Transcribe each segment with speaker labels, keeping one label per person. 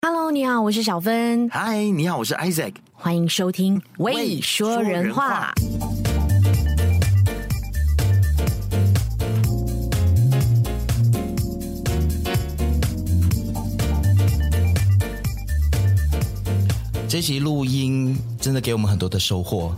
Speaker 1: Hello，你好，我是小芬，
Speaker 2: 嗨，你好，我是 Isaac。
Speaker 1: 欢迎收听《
Speaker 2: 喂
Speaker 1: 未说
Speaker 2: 说
Speaker 1: 人
Speaker 2: 人
Speaker 1: 话
Speaker 2: 话》。这期录音真的给我们很多的收获，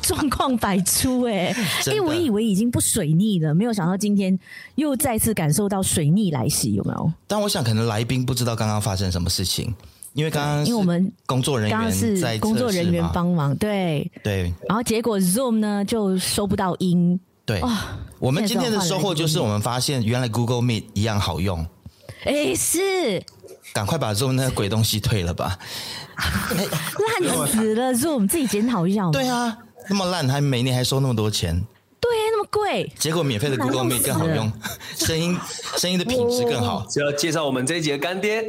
Speaker 1: 状况百出哎、因
Speaker 2: 真
Speaker 1: 为我
Speaker 2: 的
Speaker 1: 以为已经不水逆了，没有想到今天又再次感受到水逆来袭，有没有？
Speaker 2: 但我想可能来宾不知道刚刚发生什么事情，因为刚刚
Speaker 1: 因为我们
Speaker 2: 是工作人
Speaker 1: 刚刚
Speaker 2: 员在
Speaker 1: 是工作
Speaker 2: 测试
Speaker 1: 人员
Speaker 2: 嘛
Speaker 1: 帮忙，对，
Speaker 2: 对
Speaker 1: 然后结果 Zoom 呢就收不到音，
Speaker 2: 对、
Speaker 1: 哇
Speaker 2: 我们
Speaker 1: 现
Speaker 2: 今
Speaker 1: 在
Speaker 2: 天的
Speaker 1: 换了
Speaker 2: 收
Speaker 1: 一
Speaker 2: 获
Speaker 1: 个
Speaker 2: 就是
Speaker 1: 面
Speaker 2: 我们发现原来 Google Meet 一样好用，
Speaker 1: 哎、是
Speaker 2: 赶快把 Zoom 那个鬼东西退了吧。
Speaker 1: 烂死了 Zoom，自己检讨一下好吗
Speaker 2: 对啊，那么烂还每年还收那么多钱，
Speaker 1: 对，那么贵，
Speaker 2: 结果免费的
Speaker 1: 那
Speaker 2: Google
Speaker 1: 弄
Speaker 2: Meet 更好
Speaker 1: 死了哦
Speaker 2: 用，声音声音的品质更好。
Speaker 3: 就要介绍我们这一节干爹，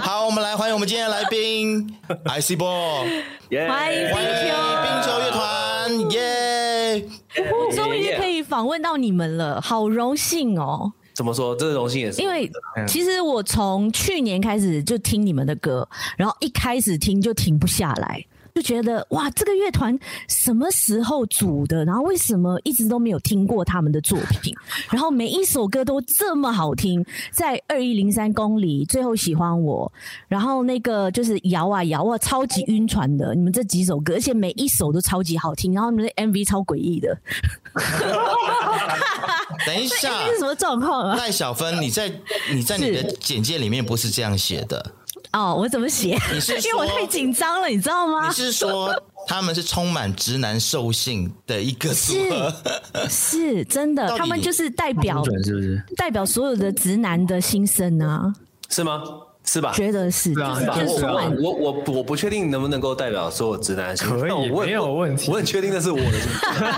Speaker 2: 好，我们来欢迎我们今天的来宾 IC Ball，
Speaker 3: 耶
Speaker 1: 欢迎
Speaker 2: 欢迎冰球乐团，耶！
Speaker 1: 终于可
Speaker 3: 以
Speaker 1: 以访问到你们了，好荣幸哦。
Speaker 3: 怎么说？这个荣幸也是
Speaker 1: 因为
Speaker 3: 嗯
Speaker 1: 其实我从去年开始就听你们的歌，然后一开始听就停不下来，就觉得哇，这个乐团什么时候组的？然后为什么一直都没有听过他们的作品？然后每一首歌都这么好听，在二一零三公里最后喜欢我，然后那个就是摇啊摇啊，超级晕船的。你们这几首歌，而且每一首都超级好听，然后你们的 MV 超诡异的，
Speaker 2: 等一下，
Speaker 1: 这是什么状况啊？
Speaker 2: 赖小芬，你在你在你的
Speaker 1: 是
Speaker 2: 简介里面不是这样写的，
Speaker 1: 哦，我怎么写？
Speaker 2: 你是
Speaker 1: 因为我
Speaker 2: 说
Speaker 1: 太紧张了，你知道吗？
Speaker 2: 你是说他们是充满直男兽性的一个组合？
Speaker 1: 是真的
Speaker 2: 到，底
Speaker 1: 他们就是代表
Speaker 4: 是不是？
Speaker 1: 代表所有的直男的心声啊，
Speaker 3: 是吗？是吧？啊
Speaker 1: 觉得是，就是是
Speaker 2: 啊
Speaker 3: 吧
Speaker 1: 就是充满
Speaker 3: 我我我我我不确定能不能够代表所有直男的心声，
Speaker 4: 可以
Speaker 3: 但我问
Speaker 4: 没有问题
Speaker 3: 我很确定那是我的心 声，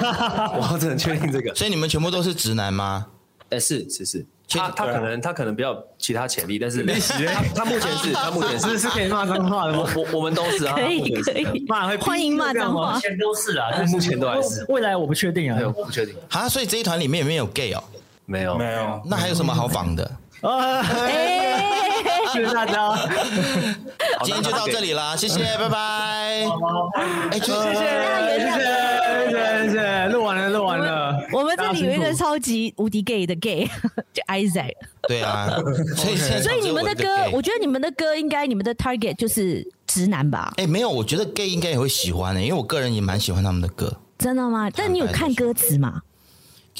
Speaker 3: 我只能确定这 个。
Speaker 2: 所以你们全部都是直男吗？
Speaker 3: 哎，是是是，他他可
Speaker 2: 啊
Speaker 3: 能他可能比较其他潜力，但是他他目前 是他目前
Speaker 4: 是
Speaker 3: 是，
Speaker 4: 是可以骂脏话的 吗？
Speaker 3: 我我我们都是啊，
Speaker 1: 可以
Speaker 3: 他目前是
Speaker 1: 可 以，
Speaker 4: 骂会
Speaker 1: 欢迎骂脏话
Speaker 4: 目，前都是啊，但
Speaker 3: 目前都还是
Speaker 4: 未来我不确定啊
Speaker 3: 没。 有不确定，
Speaker 2: 啊，所以这一团里面也没有 gay 哦，
Speaker 3: 没有
Speaker 5: 没有，
Speaker 2: 那还有什么好仿的？
Speaker 4: 啊，
Speaker 1: 哎，
Speaker 4: 谢谢大家，
Speaker 2: 今天就到这里啦，谢谢，拜拜。哎，谢
Speaker 1: 那原
Speaker 4: 谢
Speaker 1: 谅
Speaker 4: 谢谢谢谢，录完了录完了。
Speaker 1: 我们这里有一个超级无敌 gay 的 gay，就 Isaac，
Speaker 2: 对啊，所以现在
Speaker 1: 所以你们的
Speaker 2: 只
Speaker 1: 歌
Speaker 2: 有我一个 gay，
Speaker 1: 我觉得你们的歌应该你们的 target 就是直男吧？
Speaker 2: 哎、没有，我觉得 gay 应该也会喜欢的、因为我个人也蛮喜欢他们的歌，
Speaker 1: 真的
Speaker 2: 啊
Speaker 1: 吗？但你有看歌词 吗？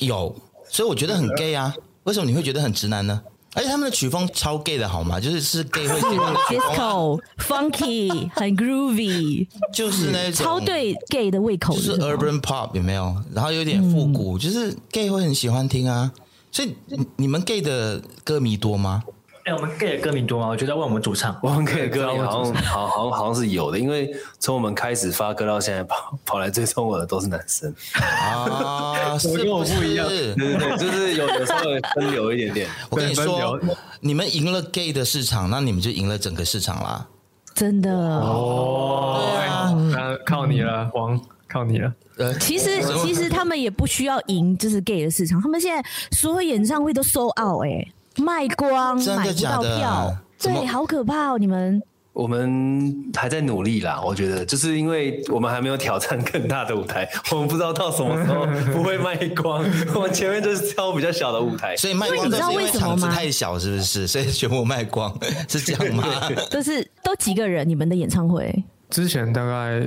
Speaker 2: 有，所以我觉得很 gay 啊。为什么你会觉得很直男呢？而且他们的曲风超 gay 的好吗？就是是 gay 会喜欢的曲风啊，
Speaker 1: disco funky 很 groovy，
Speaker 2: 就是那种
Speaker 1: 超，对 gay 的胃口
Speaker 2: 就
Speaker 1: 的
Speaker 2: 是
Speaker 1: 是吗，
Speaker 2: urban pop 有没有？然后有点复
Speaker 1: 嗯
Speaker 2: 古，就是 gay 会很喜欢听啊。所以你你们 gay 的歌迷 多吗？
Speaker 4: 哎，我们 gay 的歌迷多吗？我觉得要问我们主唱。
Speaker 3: 我们可以歌迷好像好好像好像是有的，因为从我们开始发歌到现在跑跑来追踪我的都是男生，
Speaker 2: 啊，是
Speaker 4: 么跟我不一样
Speaker 2: 是
Speaker 3: 对对对，就是有有稍微分流一点 点，
Speaker 2: 我跟你
Speaker 4: 对分
Speaker 2: 说
Speaker 4: 流，
Speaker 2: 你们赢了 gay 的市场，那你们就赢了整个市场啦。
Speaker 1: 真的。啊
Speaker 5: 哎
Speaker 4: 哦，那靠你了，王，靠你了。
Speaker 2: 呃，
Speaker 1: 其实其实他们也不需要赢，就是 gay 的市场，他们现在所有演唱会都 sold out 哎、卖光，
Speaker 2: 真的
Speaker 1: 买不
Speaker 2: 假
Speaker 1: 到
Speaker 2: 的
Speaker 1: 票，
Speaker 2: 怎么
Speaker 1: 对，好可怕哦！你们
Speaker 3: 我们还在努力啦，我觉得，就是因为我们还没有挑战更大的舞台，我们不知道到什么时候不会卖光，我们前面就是挑比较小的舞 台。
Speaker 2: 所以卖
Speaker 1: 所以
Speaker 2: 光
Speaker 1: 你
Speaker 2: 都
Speaker 1: 知
Speaker 2: 是
Speaker 1: 道
Speaker 2: 因
Speaker 1: 为
Speaker 2: 为
Speaker 1: 什么
Speaker 2: 场子
Speaker 1: 吗
Speaker 2: 太小，是不是？所以全部卖光，是这 样吗？
Speaker 1: 都是都几个人？你们的演唱会
Speaker 6: 之前大概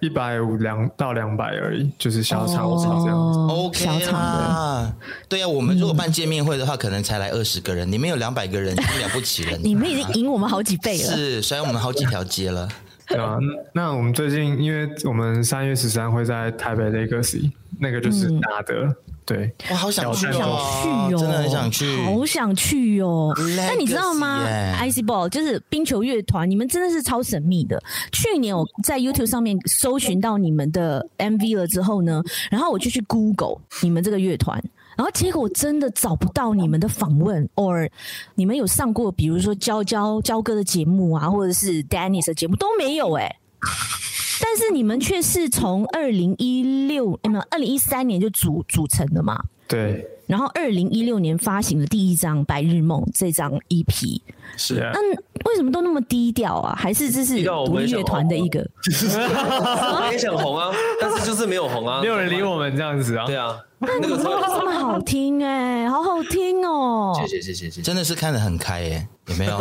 Speaker 6: 一百五两到两百而已，就是小场
Speaker 1: 哦
Speaker 6: 是这样子。
Speaker 1: 小
Speaker 2: OK
Speaker 1: 场的。
Speaker 2: 啦，对啊，我们如果办见面会的话，可能才来二十个人，你们有两百个人，已 经了不起了。
Speaker 1: 你们已经赢我们好几倍了，
Speaker 2: 是甩我们好几条街了。
Speaker 6: 对啊，那我们最近，因为我们三月十三会在台北 Legacy，那个就是
Speaker 1: 嗯
Speaker 6: 大的，对，
Speaker 2: 我好想去
Speaker 1: 好想
Speaker 2: 哦
Speaker 1: 去哦，，
Speaker 2: 真的很想去。
Speaker 1: 好想去哦。
Speaker 2: Legacy
Speaker 1: 那你知道吗
Speaker 2: 耶
Speaker 1: ？Icy Ball 就是冰球乐团，你们真的是超神秘的。去年我在 YouTube 上面搜寻到你们的 MV 了之后呢，然后我就去 Google 你们这个乐团。然后结果真的找不到你们的访问，or 你们有上过，比如说娇娇娇哥的节目啊，或者是 Dennis 的节目都没有哎、但是你们却是从二零一六，哎没有，二零一三年就组组成的嘛。
Speaker 6: 对，
Speaker 1: 然后二零一六年发行了第一张《白日梦》这张 EP，
Speaker 6: 是啊，
Speaker 1: 那为什么都那么低调啊？还是这是
Speaker 3: 低调我
Speaker 1: 独
Speaker 3: 们也
Speaker 1: 立乐
Speaker 3: 想
Speaker 1: 团的一个？
Speaker 3: 我也想红啊，但是就是没有红啊，
Speaker 6: 没有人理我们这样子啊
Speaker 3: 对。啊，那个时候
Speaker 1: 这么好听哎、好好听 哦、
Speaker 3: 谢谢谢谢谢谢，
Speaker 2: 真的是看得很开耶、有 没有？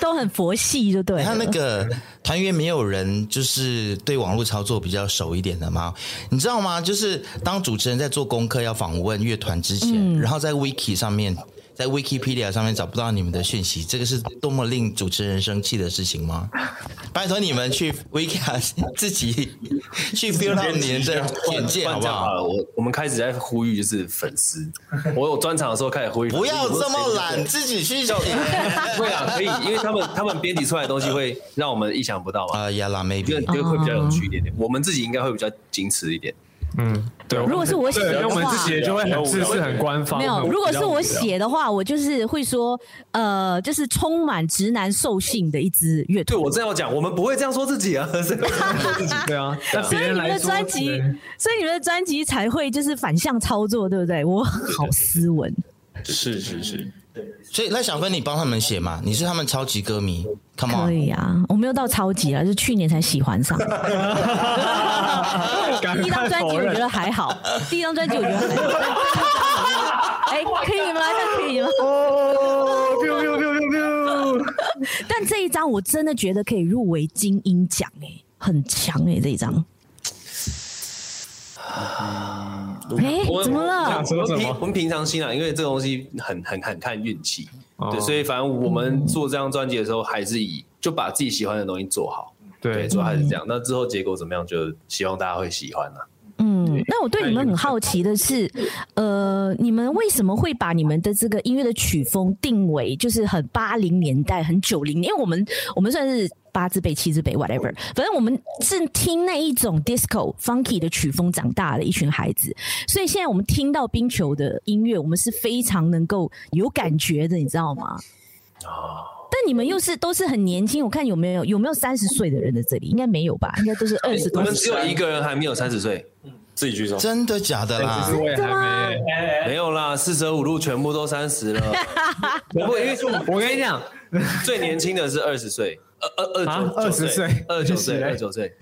Speaker 1: 都很佛系，就对了。
Speaker 2: 他那个团员没有人就是对网络操作比较熟一点的吗？你知道吗？就是当主持人在做功课要访问乐团之前，然后在 Wiki 上面。在 Wikipedia 上面找不到你们的讯息，这个是多么令主持人生气的事情吗？拜托你们去 Wiki 自己去 build 到你们的眼界好
Speaker 3: 换
Speaker 2: 不
Speaker 3: 讲好
Speaker 2: 好？
Speaker 3: 了，我我们开始在呼吁就是粉丝，我有专场的时候开始呼吁，
Speaker 2: 不要这么懒，，自己去 找。
Speaker 3: 会啊可以，因为他们他们编辑出来的东西会让我们意想不到嘛，
Speaker 2: 啊，呀啦
Speaker 3: 就
Speaker 2: ，maybe
Speaker 3: 就会比较有趣一点点，我们自己应该会比较矜持一点，
Speaker 6: 嗯，对。
Speaker 1: 如果是我写
Speaker 6: 对，因为
Speaker 1: 的
Speaker 6: 我们
Speaker 1: 话
Speaker 6: 自，己也就会很自私、很官方。
Speaker 1: 没有。
Speaker 6: 很
Speaker 1: 如果是我写的话，我就是会说，呃，就是充满直男兽性的一支乐
Speaker 3: 对
Speaker 1: 团。
Speaker 3: 我正要讲，我们不会这样说自己啊， 是不会说自己，
Speaker 6: 对啊，那
Speaker 1: 所
Speaker 6: 别
Speaker 1: 以
Speaker 6: 人
Speaker 1: 你们
Speaker 6: 来
Speaker 1: 的
Speaker 6: 说
Speaker 1: 专辑
Speaker 6: 可能，
Speaker 1: 所以你们的专辑才会就是反向操作，对不对？我好斯文，
Speaker 4: 是是是，
Speaker 2: 所以赖小芬，你帮他们写嘛？你是他们超级歌迷，Come
Speaker 1: 可
Speaker 2: on，
Speaker 1: 以啊。我没有到超级啊，就去年才喜欢上。因为 我 第一张专辑我觉得还好，第一张专辑我觉得还好。哎，可以吗？可以吗？
Speaker 6: 哦，biu biu biu biu biu，
Speaker 1: 但这一张我真的觉得可以入围金鹰奖哎、很强哎、这一张。哎、
Speaker 3: 我
Speaker 1: 怎么了
Speaker 6: 想？说
Speaker 3: 我
Speaker 6: 什
Speaker 3: 们
Speaker 6: 么
Speaker 3: 平我们平常心啊，因为这个东西很很很看运气，
Speaker 6: 哦
Speaker 3: 对，所以反正我们做这张专辑的时候，还是以就把自己喜欢的东西做好，对，
Speaker 6: 对，
Speaker 3: 主要还是这样。那之后结果怎么样，就希望大家会喜欢啦、啊
Speaker 1: 嗯，那我对你们很好奇的是，呃，你们为什么会把你们的这个音乐的曲风定为就是很八零年代、很九零？因为我们我们算是八字辈、七字辈，whatever，反正我们是听那一种 disco funky 的曲风长大的一群孩子，所以现在我们听到冰球的音乐，我们是非常能够有感觉的，你知道吗？
Speaker 3: 哦
Speaker 1: 但你们又是都是很年轻，我看有没有有没有三十岁的人在这里？应该没有吧？应该都是二十
Speaker 3: 我
Speaker 1: 多
Speaker 3: 们
Speaker 1: 岁。
Speaker 3: 只有一个人还没有三嗯十岁，
Speaker 4: 自己举手。
Speaker 2: 真的假的
Speaker 6: 其
Speaker 2: 啦
Speaker 6: 实？我也还没。
Speaker 3: 没有啦，四舍五入全部都三十 了。不过因为
Speaker 6: 我跟你讲，
Speaker 3: 最年轻的是二十岁，二二
Speaker 6: 啊
Speaker 3: 二九
Speaker 6: 20岁
Speaker 3: 二九岁，二
Speaker 6: 二
Speaker 3: 九岁，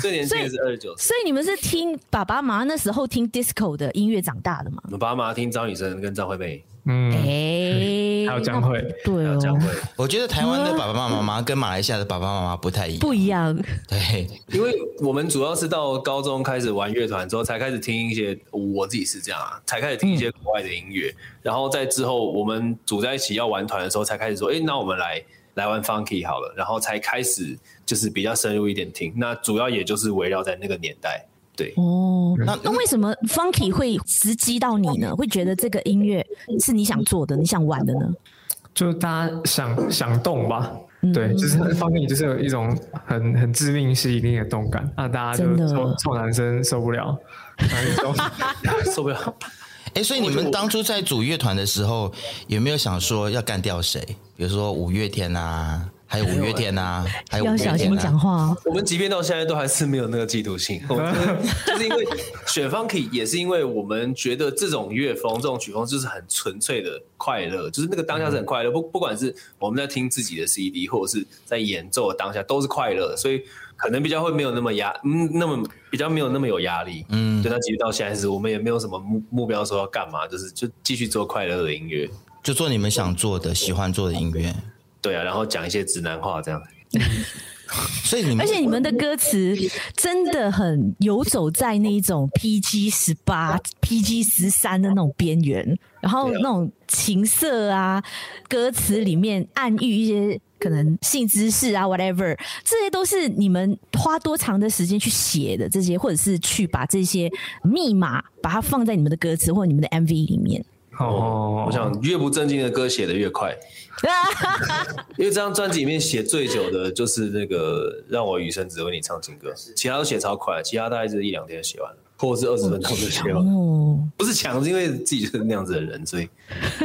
Speaker 3: 最年轻的是二十九岁。
Speaker 1: 所以你们是听爸爸妈妈那时候听 disco 的音乐长大的吗？
Speaker 3: 我们爸妈听张雨生跟张惠妹，
Speaker 1: 哎、
Speaker 6: 嗯，还有江蕙
Speaker 1: 那哎对
Speaker 3: 还有
Speaker 1: 哦，
Speaker 3: 张惠，
Speaker 2: 我觉得台湾的爸爸妈妈跟马来西亚的爸爸妈妈不太一样。
Speaker 1: 不一样，
Speaker 2: 对，
Speaker 3: 因为我们主要是到高中开始玩乐团之后，才开始听一些，我自己是这样啊，才开始听一些国外的音乐，然后在之后我们组在一起要玩团的时候，才开始说，哎、那我们来来玩 funky 好了，然后才开始就是比较深入一点听，那主要也就是围绕在那个年代，对，
Speaker 1: 哦，
Speaker 2: 那
Speaker 1: 那为什么 Funky 会直击到你呢？会觉得这个音乐是你想做的、你想玩的呢？
Speaker 6: 就大家想想动吧。
Speaker 1: 嗯
Speaker 6: 对，就是方面就是有一种很很致命吸引力的动感，那大家就
Speaker 1: 真的
Speaker 6: 臭臭男生受不了，然后就
Speaker 3: 受不了。
Speaker 2: 哎，所以你们当初在组乐团的时候，有没有想说要干掉谁？比如说五月天啊，还有五月天 啊，还有五
Speaker 1: 要
Speaker 2: 月
Speaker 1: 小心
Speaker 2: 天
Speaker 1: 讲
Speaker 2: 啊。
Speaker 1: 话哦。
Speaker 3: 我们即便到现在都还是没有那个嫉妒心，我们就是因为选 funky 也是因为我们觉得这种乐风、这种曲风就是很纯粹的快乐，就是那个当下是很快乐，不不管是我们在听自己的 CD 或者是在演奏的当下都是快乐的，所以可能比较会没有那么压，嗯，那么比较没有那么有压力，嗯，对。那其实到现在是我们也没有什么目目标说要干嘛，就是就继续做快乐的音乐，
Speaker 2: 就做你们想做的、喜欢做的音乐。
Speaker 3: 对啊，然后讲一些直男话这样。
Speaker 2: 所以你们
Speaker 1: 而且你们的歌词真的很游走在那一种 PG 十八、PG 十三的那种边缘，然后
Speaker 3: 对啊
Speaker 1: 那种情色啊，歌词里面暗喻一些可能性知识啊，whatever，这些都是你们花多长的时间去写的，这些或者是去把这些密码把它放在你们的歌词或者你们的 MV 里面。
Speaker 6: 哦，
Speaker 3: 我想越不正经的歌写的越快。因为这张专辑里面写最久的就是那个《让我余生只为你唱情歌》，其他都写超快，啊其他大概就是一两天就写完了，或者是二十分钟就写完了。
Speaker 1: 哦，
Speaker 3: 不是强，是因为自己就是那样子的人，所以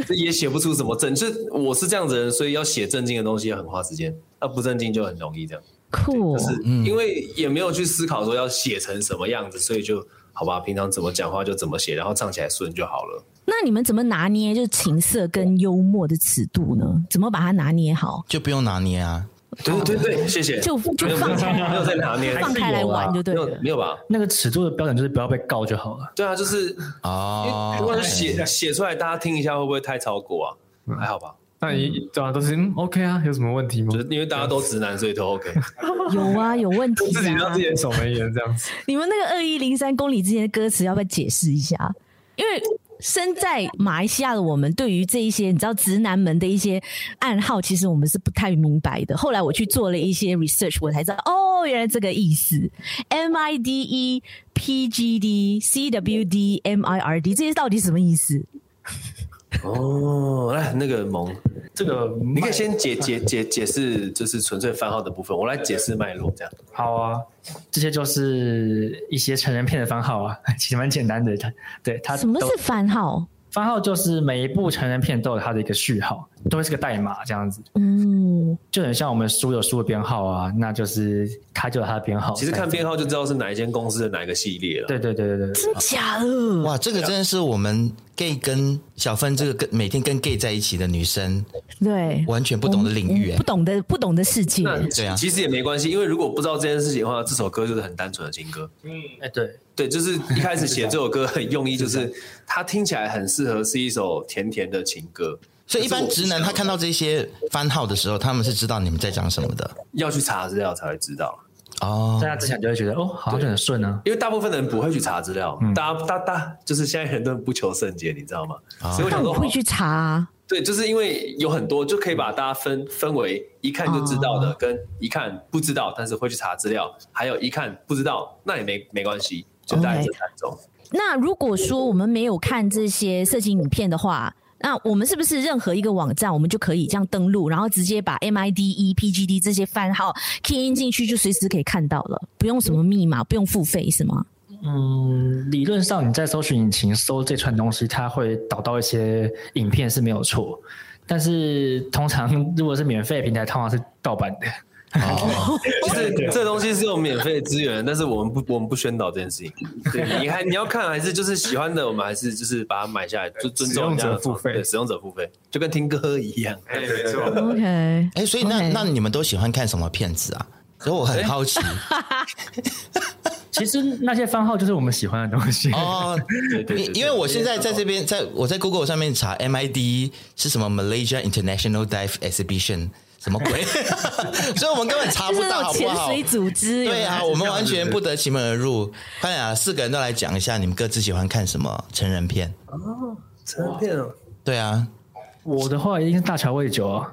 Speaker 3: 所以也写不出什么正。就是我是这样子的人，所以要写正经的东西很花时间，那不正经就很容易这样。
Speaker 1: 酷哦，
Speaker 3: 就是因为也没有去思考说要写成什么样子，所以就好吧，平常怎么讲话就怎么写，然后唱起来顺就好了。
Speaker 1: 那你们怎么拿捏就是情色跟幽默的尺度呢？怎么把它拿捏好？
Speaker 2: 就不用拿捏啊。
Speaker 3: 对对对，谢谢。
Speaker 1: 就就
Speaker 3: 没有
Speaker 1: 放开来
Speaker 3: 没有在拿捏，
Speaker 1: 放开来玩就对
Speaker 3: 没有
Speaker 1: 了。
Speaker 3: 没有吧？
Speaker 5: 那个尺度的标准就是不要被告就好了。
Speaker 3: 对啊，就是
Speaker 2: 哦，
Speaker 3: 如果写写出来，大家听一下会不会太超过啊？
Speaker 2: 嗯
Speaker 3: 还好吧，
Speaker 6: 那一对啊，都是嗯 OK 啊，有什么问题吗
Speaker 3: 就？是因为大家都直男，所以都 OK。
Speaker 1: 有啊，有问题
Speaker 6: 自己让
Speaker 1: 啊
Speaker 6: 自。己的守门员这 样子，
Speaker 1: 你们那个二一零三公里之间的歌词要不要解释一下？因为身在马来西亚的我们，对于这一些你知道直男们的一些暗号，其实我们是不太明白的。后来我去做了一些 research，我才知道哦，原来这个意思。M I D E P G D C W D M I R D 这些到底什么意思？
Speaker 3: 哦，
Speaker 2: 哎
Speaker 3: 来那个萌，
Speaker 5: 这个
Speaker 3: 你可以先解解解解释，就是纯粹番号的部分，我来解释脉络这样。
Speaker 2: 哦
Speaker 6: 好啊，
Speaker 5: 这些就是一些成人片的番号啊， 其实蛮简单的。它对它
Speaker 1: 什么
Speaker 5: 都
Speaker 1: 是番号？
Speaker 5: 番号？就是每一部成人片都有它的一个序号，都会是个代码这样子，
Speaker 1: 嗯，
Speaker 5: 就很像我们书有书的编号啊，那就是它就有它的编号。
Speaker 3: 其实看编号就知道是哪一间公司的哪一个系列了。
Speaker 5: 对对对对对对，
Speaker 1: 真假的？
Speaker 2: 哇，这个真的是我们 gay 跟小芬这个跟每天跟 gay 在一起的女生
Speaker 1: 对，
Speaker 2: 完全不懂的领域、
Speaker 1: 不
Speaker 2: 欸，
Speaker 1: 懂的不懂的世界。
Speaker 3: 那
Speaker 2: 对啊
Speaker 3: 其实也没关系，因为如果不知道这件事情的话，这首歌就是很单纯的情歌。
Speaker 5: 哎对，
Speaker 3: 对，就是一开始写这首歌很用意， 就是它听起来很适合是一首甜甜的情歌。
Speaker 2: 所以一般
Speaker 3: 可是
Speaker 2: 直
Speaker 3: 我
Speaker 2: 男他看到这些番号的时候，他们是知道你们在讲什么的
Speaker 3: 要去查资料才会知道，
Speaker 2: 哦
Speaker 5: 大。
Speaker 3: 啊
Speaker 5: 家之前就会觉得哦，好像就很顺啊。
Speaker 3: 因为大部分的人不会去查资料，大家大大就是现在很多人不求甚解，你知道吗？所以我
Speaker 1: 那
Speaker 3: 想
Speaker 1: 我
Speaker 3: 说，
Speaker 1: 会去查、啊。
Speaker 3: 对，就是因为有很多就可以把大家分分为一看就知道
Speaker 1: 啊
Speaker 3: 的，跟一看不知道但是会去查资料，还有一看不知道那也没没关系，就大概这三种。
Speaker 1: 那如果说我们没有看这些色情影片的话，那我们是不是任何一个网站我们就可以这样登录，然后直接把 MIDE、PGD 这些番号 key in 进去，就随时可以看到了，不用什么密码，不用付费，是吗？
Speaker 5: 嗯，理论上你在搜寻引擎搜这串东西，它会导到一些影片是没有错，但是通常如果是免费的平台，通常是盗版的。
Speaker 3: 就是这东西是有免费资源，但是我们不我们不宣导这件事情。对，你还你要看还是就是喜欢的，我们还是就是把它买下来，就尊重人家的
Speaker 6: 使用者付费
Speaker 3: 对使用者付费就跟听歌一样。
Speaker 4: 哎，没错，
Speaker 1: OK，
Speaker 2: 哎、所以那
Speaker 1: OK
Speaker 2: 那你们都喜欢看什么片子啊？所以我很好 奇、
Speaker 5: 其实那些番号就是我们喜欢的东西。
Speaker 2: 哦，
Speaker 3: 对对对
Speaker 2: 因因为我现在在这边，在我在 Google 上面查 MID 是什么 Malaysia International Dive Exhibition 什么 鬼，所以我们根本查
Speaker 1: 就
Speaker 2: 不
Speaker 1: 是那
Speaker 2: 到，
Speaker 1: 种
Speaker 2: 好不
Speaker 1: 潜
Speaker 2: 好？
Speaker 1: 水组织，有没
Speaker 2: 对
Speaker 1: 有
Speaker 2: 啊，我们完全不得其门而入。快点啊，四个人都来讲一下你们各自喜欢看什么成人片。
Speaker 3: 成片哦，
Speaker 2: 对啊，
Speaker 5: 我的话一定是大乔喂酒啊，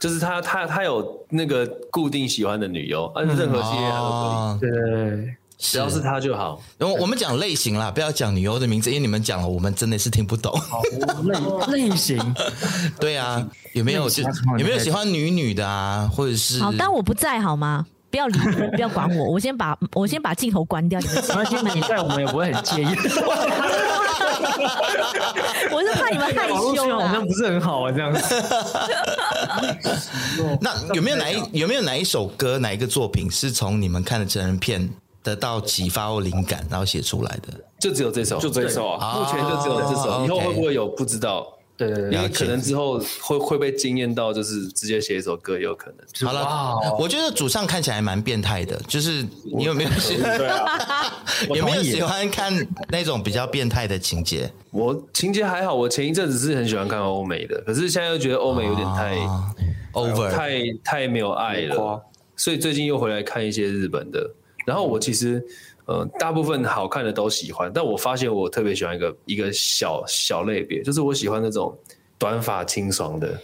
Speaker 3: 就是他他他有那个固定喜欢的女优，啊，任何系列他都可
Speaker 2: 嗯
Speaker 3: 以，
Speaker 2: 哦，
Speaker 5: 对对对对，
Speaker 3: 只要是他就好。
Speaker 2: 我我们讲类型啦，不要讲女优的名字，因为你们讲了，我们真的是听不懂。
Speaker 3: 哦
Speaker 5: 类类型
Speaker 2: 对啊，有没有就
Speaker 5: 类型啊
Speaker 2: 有没有喜欢女女的啊，或者是
Speaker 1: 好，当我不在好吗？不要理我， 不要管我，我先把我先把镜头关掉。你们
Speaker 5: 没关系，你在我们也不会很介意。
Speaker 1: 我是怕你们害
Speaker 6: 网络信
Speaker 1: 羞啊
Speaker 6: 号好
Speaker 1: 啦
Speaker 6: 像。不是很好啊，这样子。
Speaker 2: 那有没有哪一有没有哪一首歌哪一个作品是从你们看的真人片得到启发或灵感，然后写出来的？
Speaker 3: 就只有这首，就
Speaker 4: 这首啊
Speaker 3: 目前就只有这首，
Speaker 2: 哦
Speaker 3: 以后
Speaker 2: OK
Speaker 3: 会不会有不知道？
Speaker 5: 对对对
Speaker 3: 因
Speaker 5: 对，
Speaker 3: 为可能之后会会被惊艳到，就是直接写一首歌也有可能。
Speaker 2: 好了，我觉得主唱看起来蛮变态的，就是你有没有喜
Speaker 4: 对啊，
Speaker 2: 有没有喜欢看那种比较变态的情节？
Speaker 3: 我情节还好，我前一阵子是很喜欢看欧美的，可是现在又觉得欧美有点太、
Speaker 2: 啊 over
Speaker 3: 太太没有爱了，所以最近又回来看一些日本的。然后我其实呃大部分好看的都喜欢，但我发现我特别喜欢一个一个小小类别，就是我喜欢那种短发清爽的。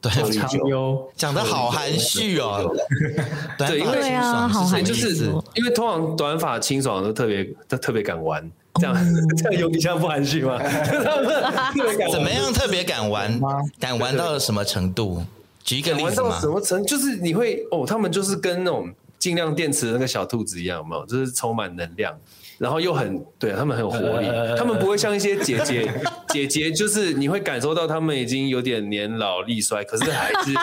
Speaker 2: 对，
Speaker 5: 长
Speaker 6: 哦
Speaker 5: 优
Speaker 2: 讲的好含蓄 哦。
Speaker 3: 对因为
Speaker 1: 对啊好
Speaker 2: 含
Speaker 1: 含
Speaker 2: 蓄，
Speaker 1: 蓄
Speaker 2: 就
Speaker 3: 就
Speaker 2: 是是
Speaker 3: 因为通常短发清爽都特别都特别敢玩，这样、这样有比较不含蓄吗？ 特别敢玩
Speaker 2: 怎么样特别敢玩，敢玩到了什么程度？举一个例
Speaker 3: 玩
Speaker 2: 子
Speaker 3: 到
Speaker 2: 嘛
Speaker 3: 什。么程度？就是你会哦，他们就是跟那种尽量电池的那个小兔子一样，有没有？就是充满能量，然后又很对他们很有活力，他们不会像一些姐姐姐姐，就是你会感受到他们已经有点年老力衰，可是还是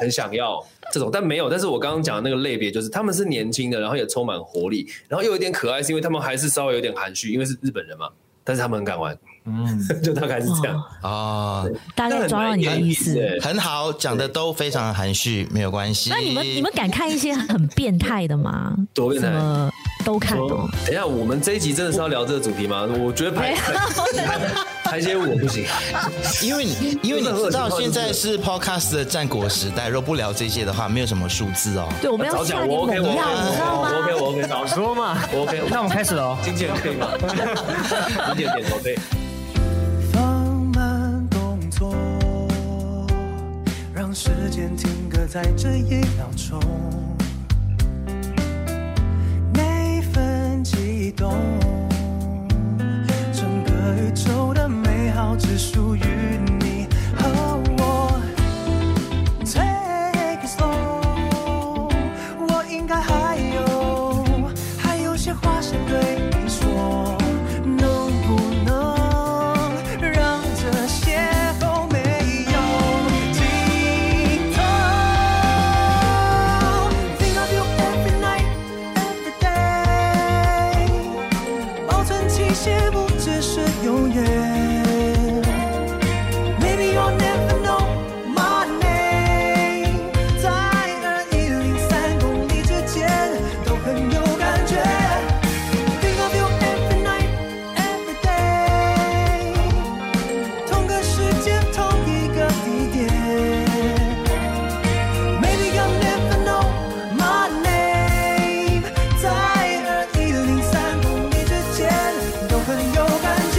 Speaker 3: 很想要这种，但没有。但是我刚刚讲的那个类别就是他们是年轻的，然后也充满活力，然后又有点可爱，是因为他们还是稍微有点含蓄，因为是日本人嘛，但是他们很敢玩，嗯，就大概是这样。
Speaker 2: 啊，
Speaker 1: 大概抓到你的意思。
Speaker 3: 对
Speaker 2: 很好，讲的都非常含蓄，没有关系。
Speaker 1: 那你们你们敢看一些很变态的吗？
Speaker 3: 多变态
Speaker 1: 什么都看哦。
Speaker 3: 等一下，我们这一集真的是要聊这个主题吗？我觉得排排些我不行，
Speaker 2: 因为你因为你知道现在是 podcast 的战国时代，若不聊这些的话，没有什么数字哦。
Speaker 1: 对，我们要
Speaker 3: 早
Speaker 1: 下
Speaker 3: 讲
Speaker 1: 点
Speaker 3: 我
Speaker 1: 猛
Speaker 3: OK
Speaker 1: 药，
Speaker 3: 我 OK
Speaker 1: 你知道吗？
Speaker 3: 我 OK 我 OK 早
Speaker 6: 说嘛，
Speaker 3: 我 OK，
Speaker 5: 那我们开始喽。
Speaker 3: 经纪人可以吗？经纪人点头可以。
Speaker 7: 放慢动作，让时间停格在这一秒钟。每份悸动，整个宇宙的美好只属于你和我。Take it slow，我应该还有还有些话想对你说，能不能让这些都没有尽头？Think of you every night, every day，保存期限不只是永远。Maybe you'll never know my name，在二一零三公里之间都很有感觉。Think of you every night, every day，同个时间，同一个地点。Maybe you'll never know my name，在二一零三公里之间都很有感觉。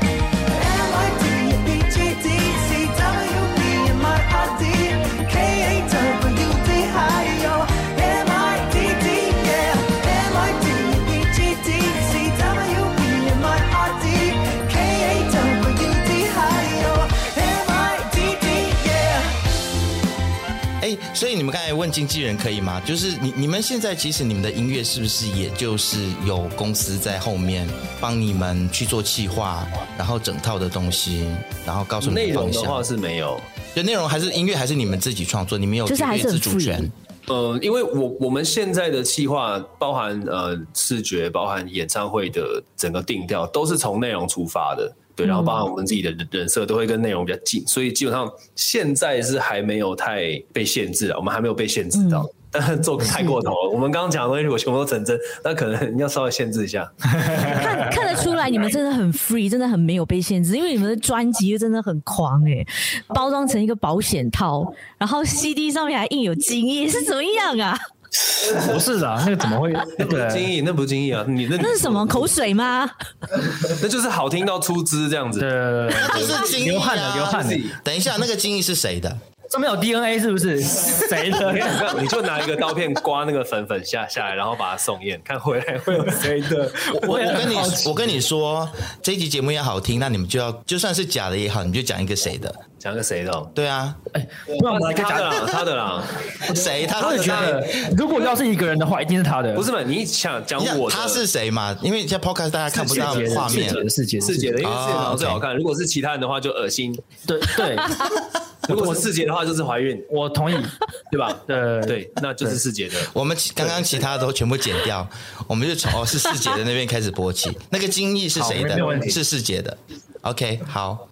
Speaker 7: M I D B G D E C W B M I R D K A W D 还有 M I D D yeah，M I D B G D E C W B M I R D K A W D 还有 M I D D yeah。
Speaker 2: 哎，所以你们刚才问经纪人可以吗？就是你你们现在其实你们的音乐是不是也就是有公司在后面帮你们去做企划，然后整套的东西，然后告诉你们
Speaker 3: 内容
Speaker 2: 方
Speaker 3: 的话
Speaker 2: 向？
Speaker 3: 是没有，
Speaker 2: 就内容还是音乐还是你们自己创作？你们有
Speaker 1: 就是
Speaker 2: 绝
Speaker 1: 还
Speaker 2: 对
Speaker 1: 是很
Speaker 2: 自主权
Speaker 1: free
Speaker 3: 呃，因为我我们现在的企划包含呃视觉，包含演唱会的整个定调，都是从内容出发的。对，然后包
Speaker 1: 嗯
Speaker 3: 含我们自己的人人设都会跟内容比较近，所以基本上现在是还没有太被限制啊了，我们还没有被限制
Speaker 1: 嗯
Speaker 3: 到，但做太过头 了。我们刚刚讲的东西，我全部都成真，那可能要稍微限制一下。
Speaker 1: 看看得出来，你们真的很 free，真的很没有被限制，因为你们的专辑又真的很狂哎、包装成一个保险套，然后 CD 上面还印有精液，是怎么样啊？
Speaker 5: 不是啊，那个怎么会？那
Speaker 3: 不是
Speaker 5: 个
Speaker 3: 精益，那不是精益啊，你那
Speaker 1: 那是什么口水吗？
Speaker 3: 那就是好听到出汁这样子。
Speaker 5: 的
Speaker 2: 就是精益啊
Speaker 5: 流汗了，流汗了。
Speaker 2: 等一下，那个精益是谁的？
Speaker 5: 上面有 DNA 是不是？谁的？
Speaker 3: 你看，你就拿一个刀片刮那个粉粉下下来，然后把它送验，看回来会有谁 的。
Speaker 2: 我我跟你我跟你说，这一集节目要好听，那你们就要就算是假的也好，你就讲一个谁的。
Speaker 3: 讲个谁的哦？
Speaker 2: 对啊，
Speaker 5: 不然我们来个
Speaker 3: 他
Speaker 5: 假
Speaker 3: 的
Speaker 5: 的。
Speaker 3: 啦，他的啦，
Speaker 2: 谁他
Speaker 5: 我也
Speaker 2: 是
Speaker 5: 觉得，如果要是一个人的话，一定是他的。
Speaker 3: 不是嘛？你想讲
Speaker 2: 你想
Speaker 3: 我的
Speaker 2: 他是谁嘛？因为现在 podcast 大家看不到
Speaker 5: 世杰的
Speaker 2: 画面
Speaker 5: 世，杰的世杰的
Speaker 3: 世杰的，因为世杰
Speaker 2: 哦
Speaker 3: 长得最
Speaker 2: OK
Speaker 3: 好看。如果是其他人的话就恶 心，
Speaker 5: 对对，
Speaker 3: 如果是世杰的话就是怀孕，
Speaker 5: 我同意。
Speaker 3: 对吧？
Speaker 5: 呃，
Speaker 3: 对，那就是世杰的。
Speaker 2: 我们其刚刚其他都全部剪掉，我们就从哦是世杰的那边开始播起。那个精益是谁
Speaker 5: 好没有问
Speaker 2: 的？
Speaker 5: 题
Speaker 2: 是世杰的。OK，好，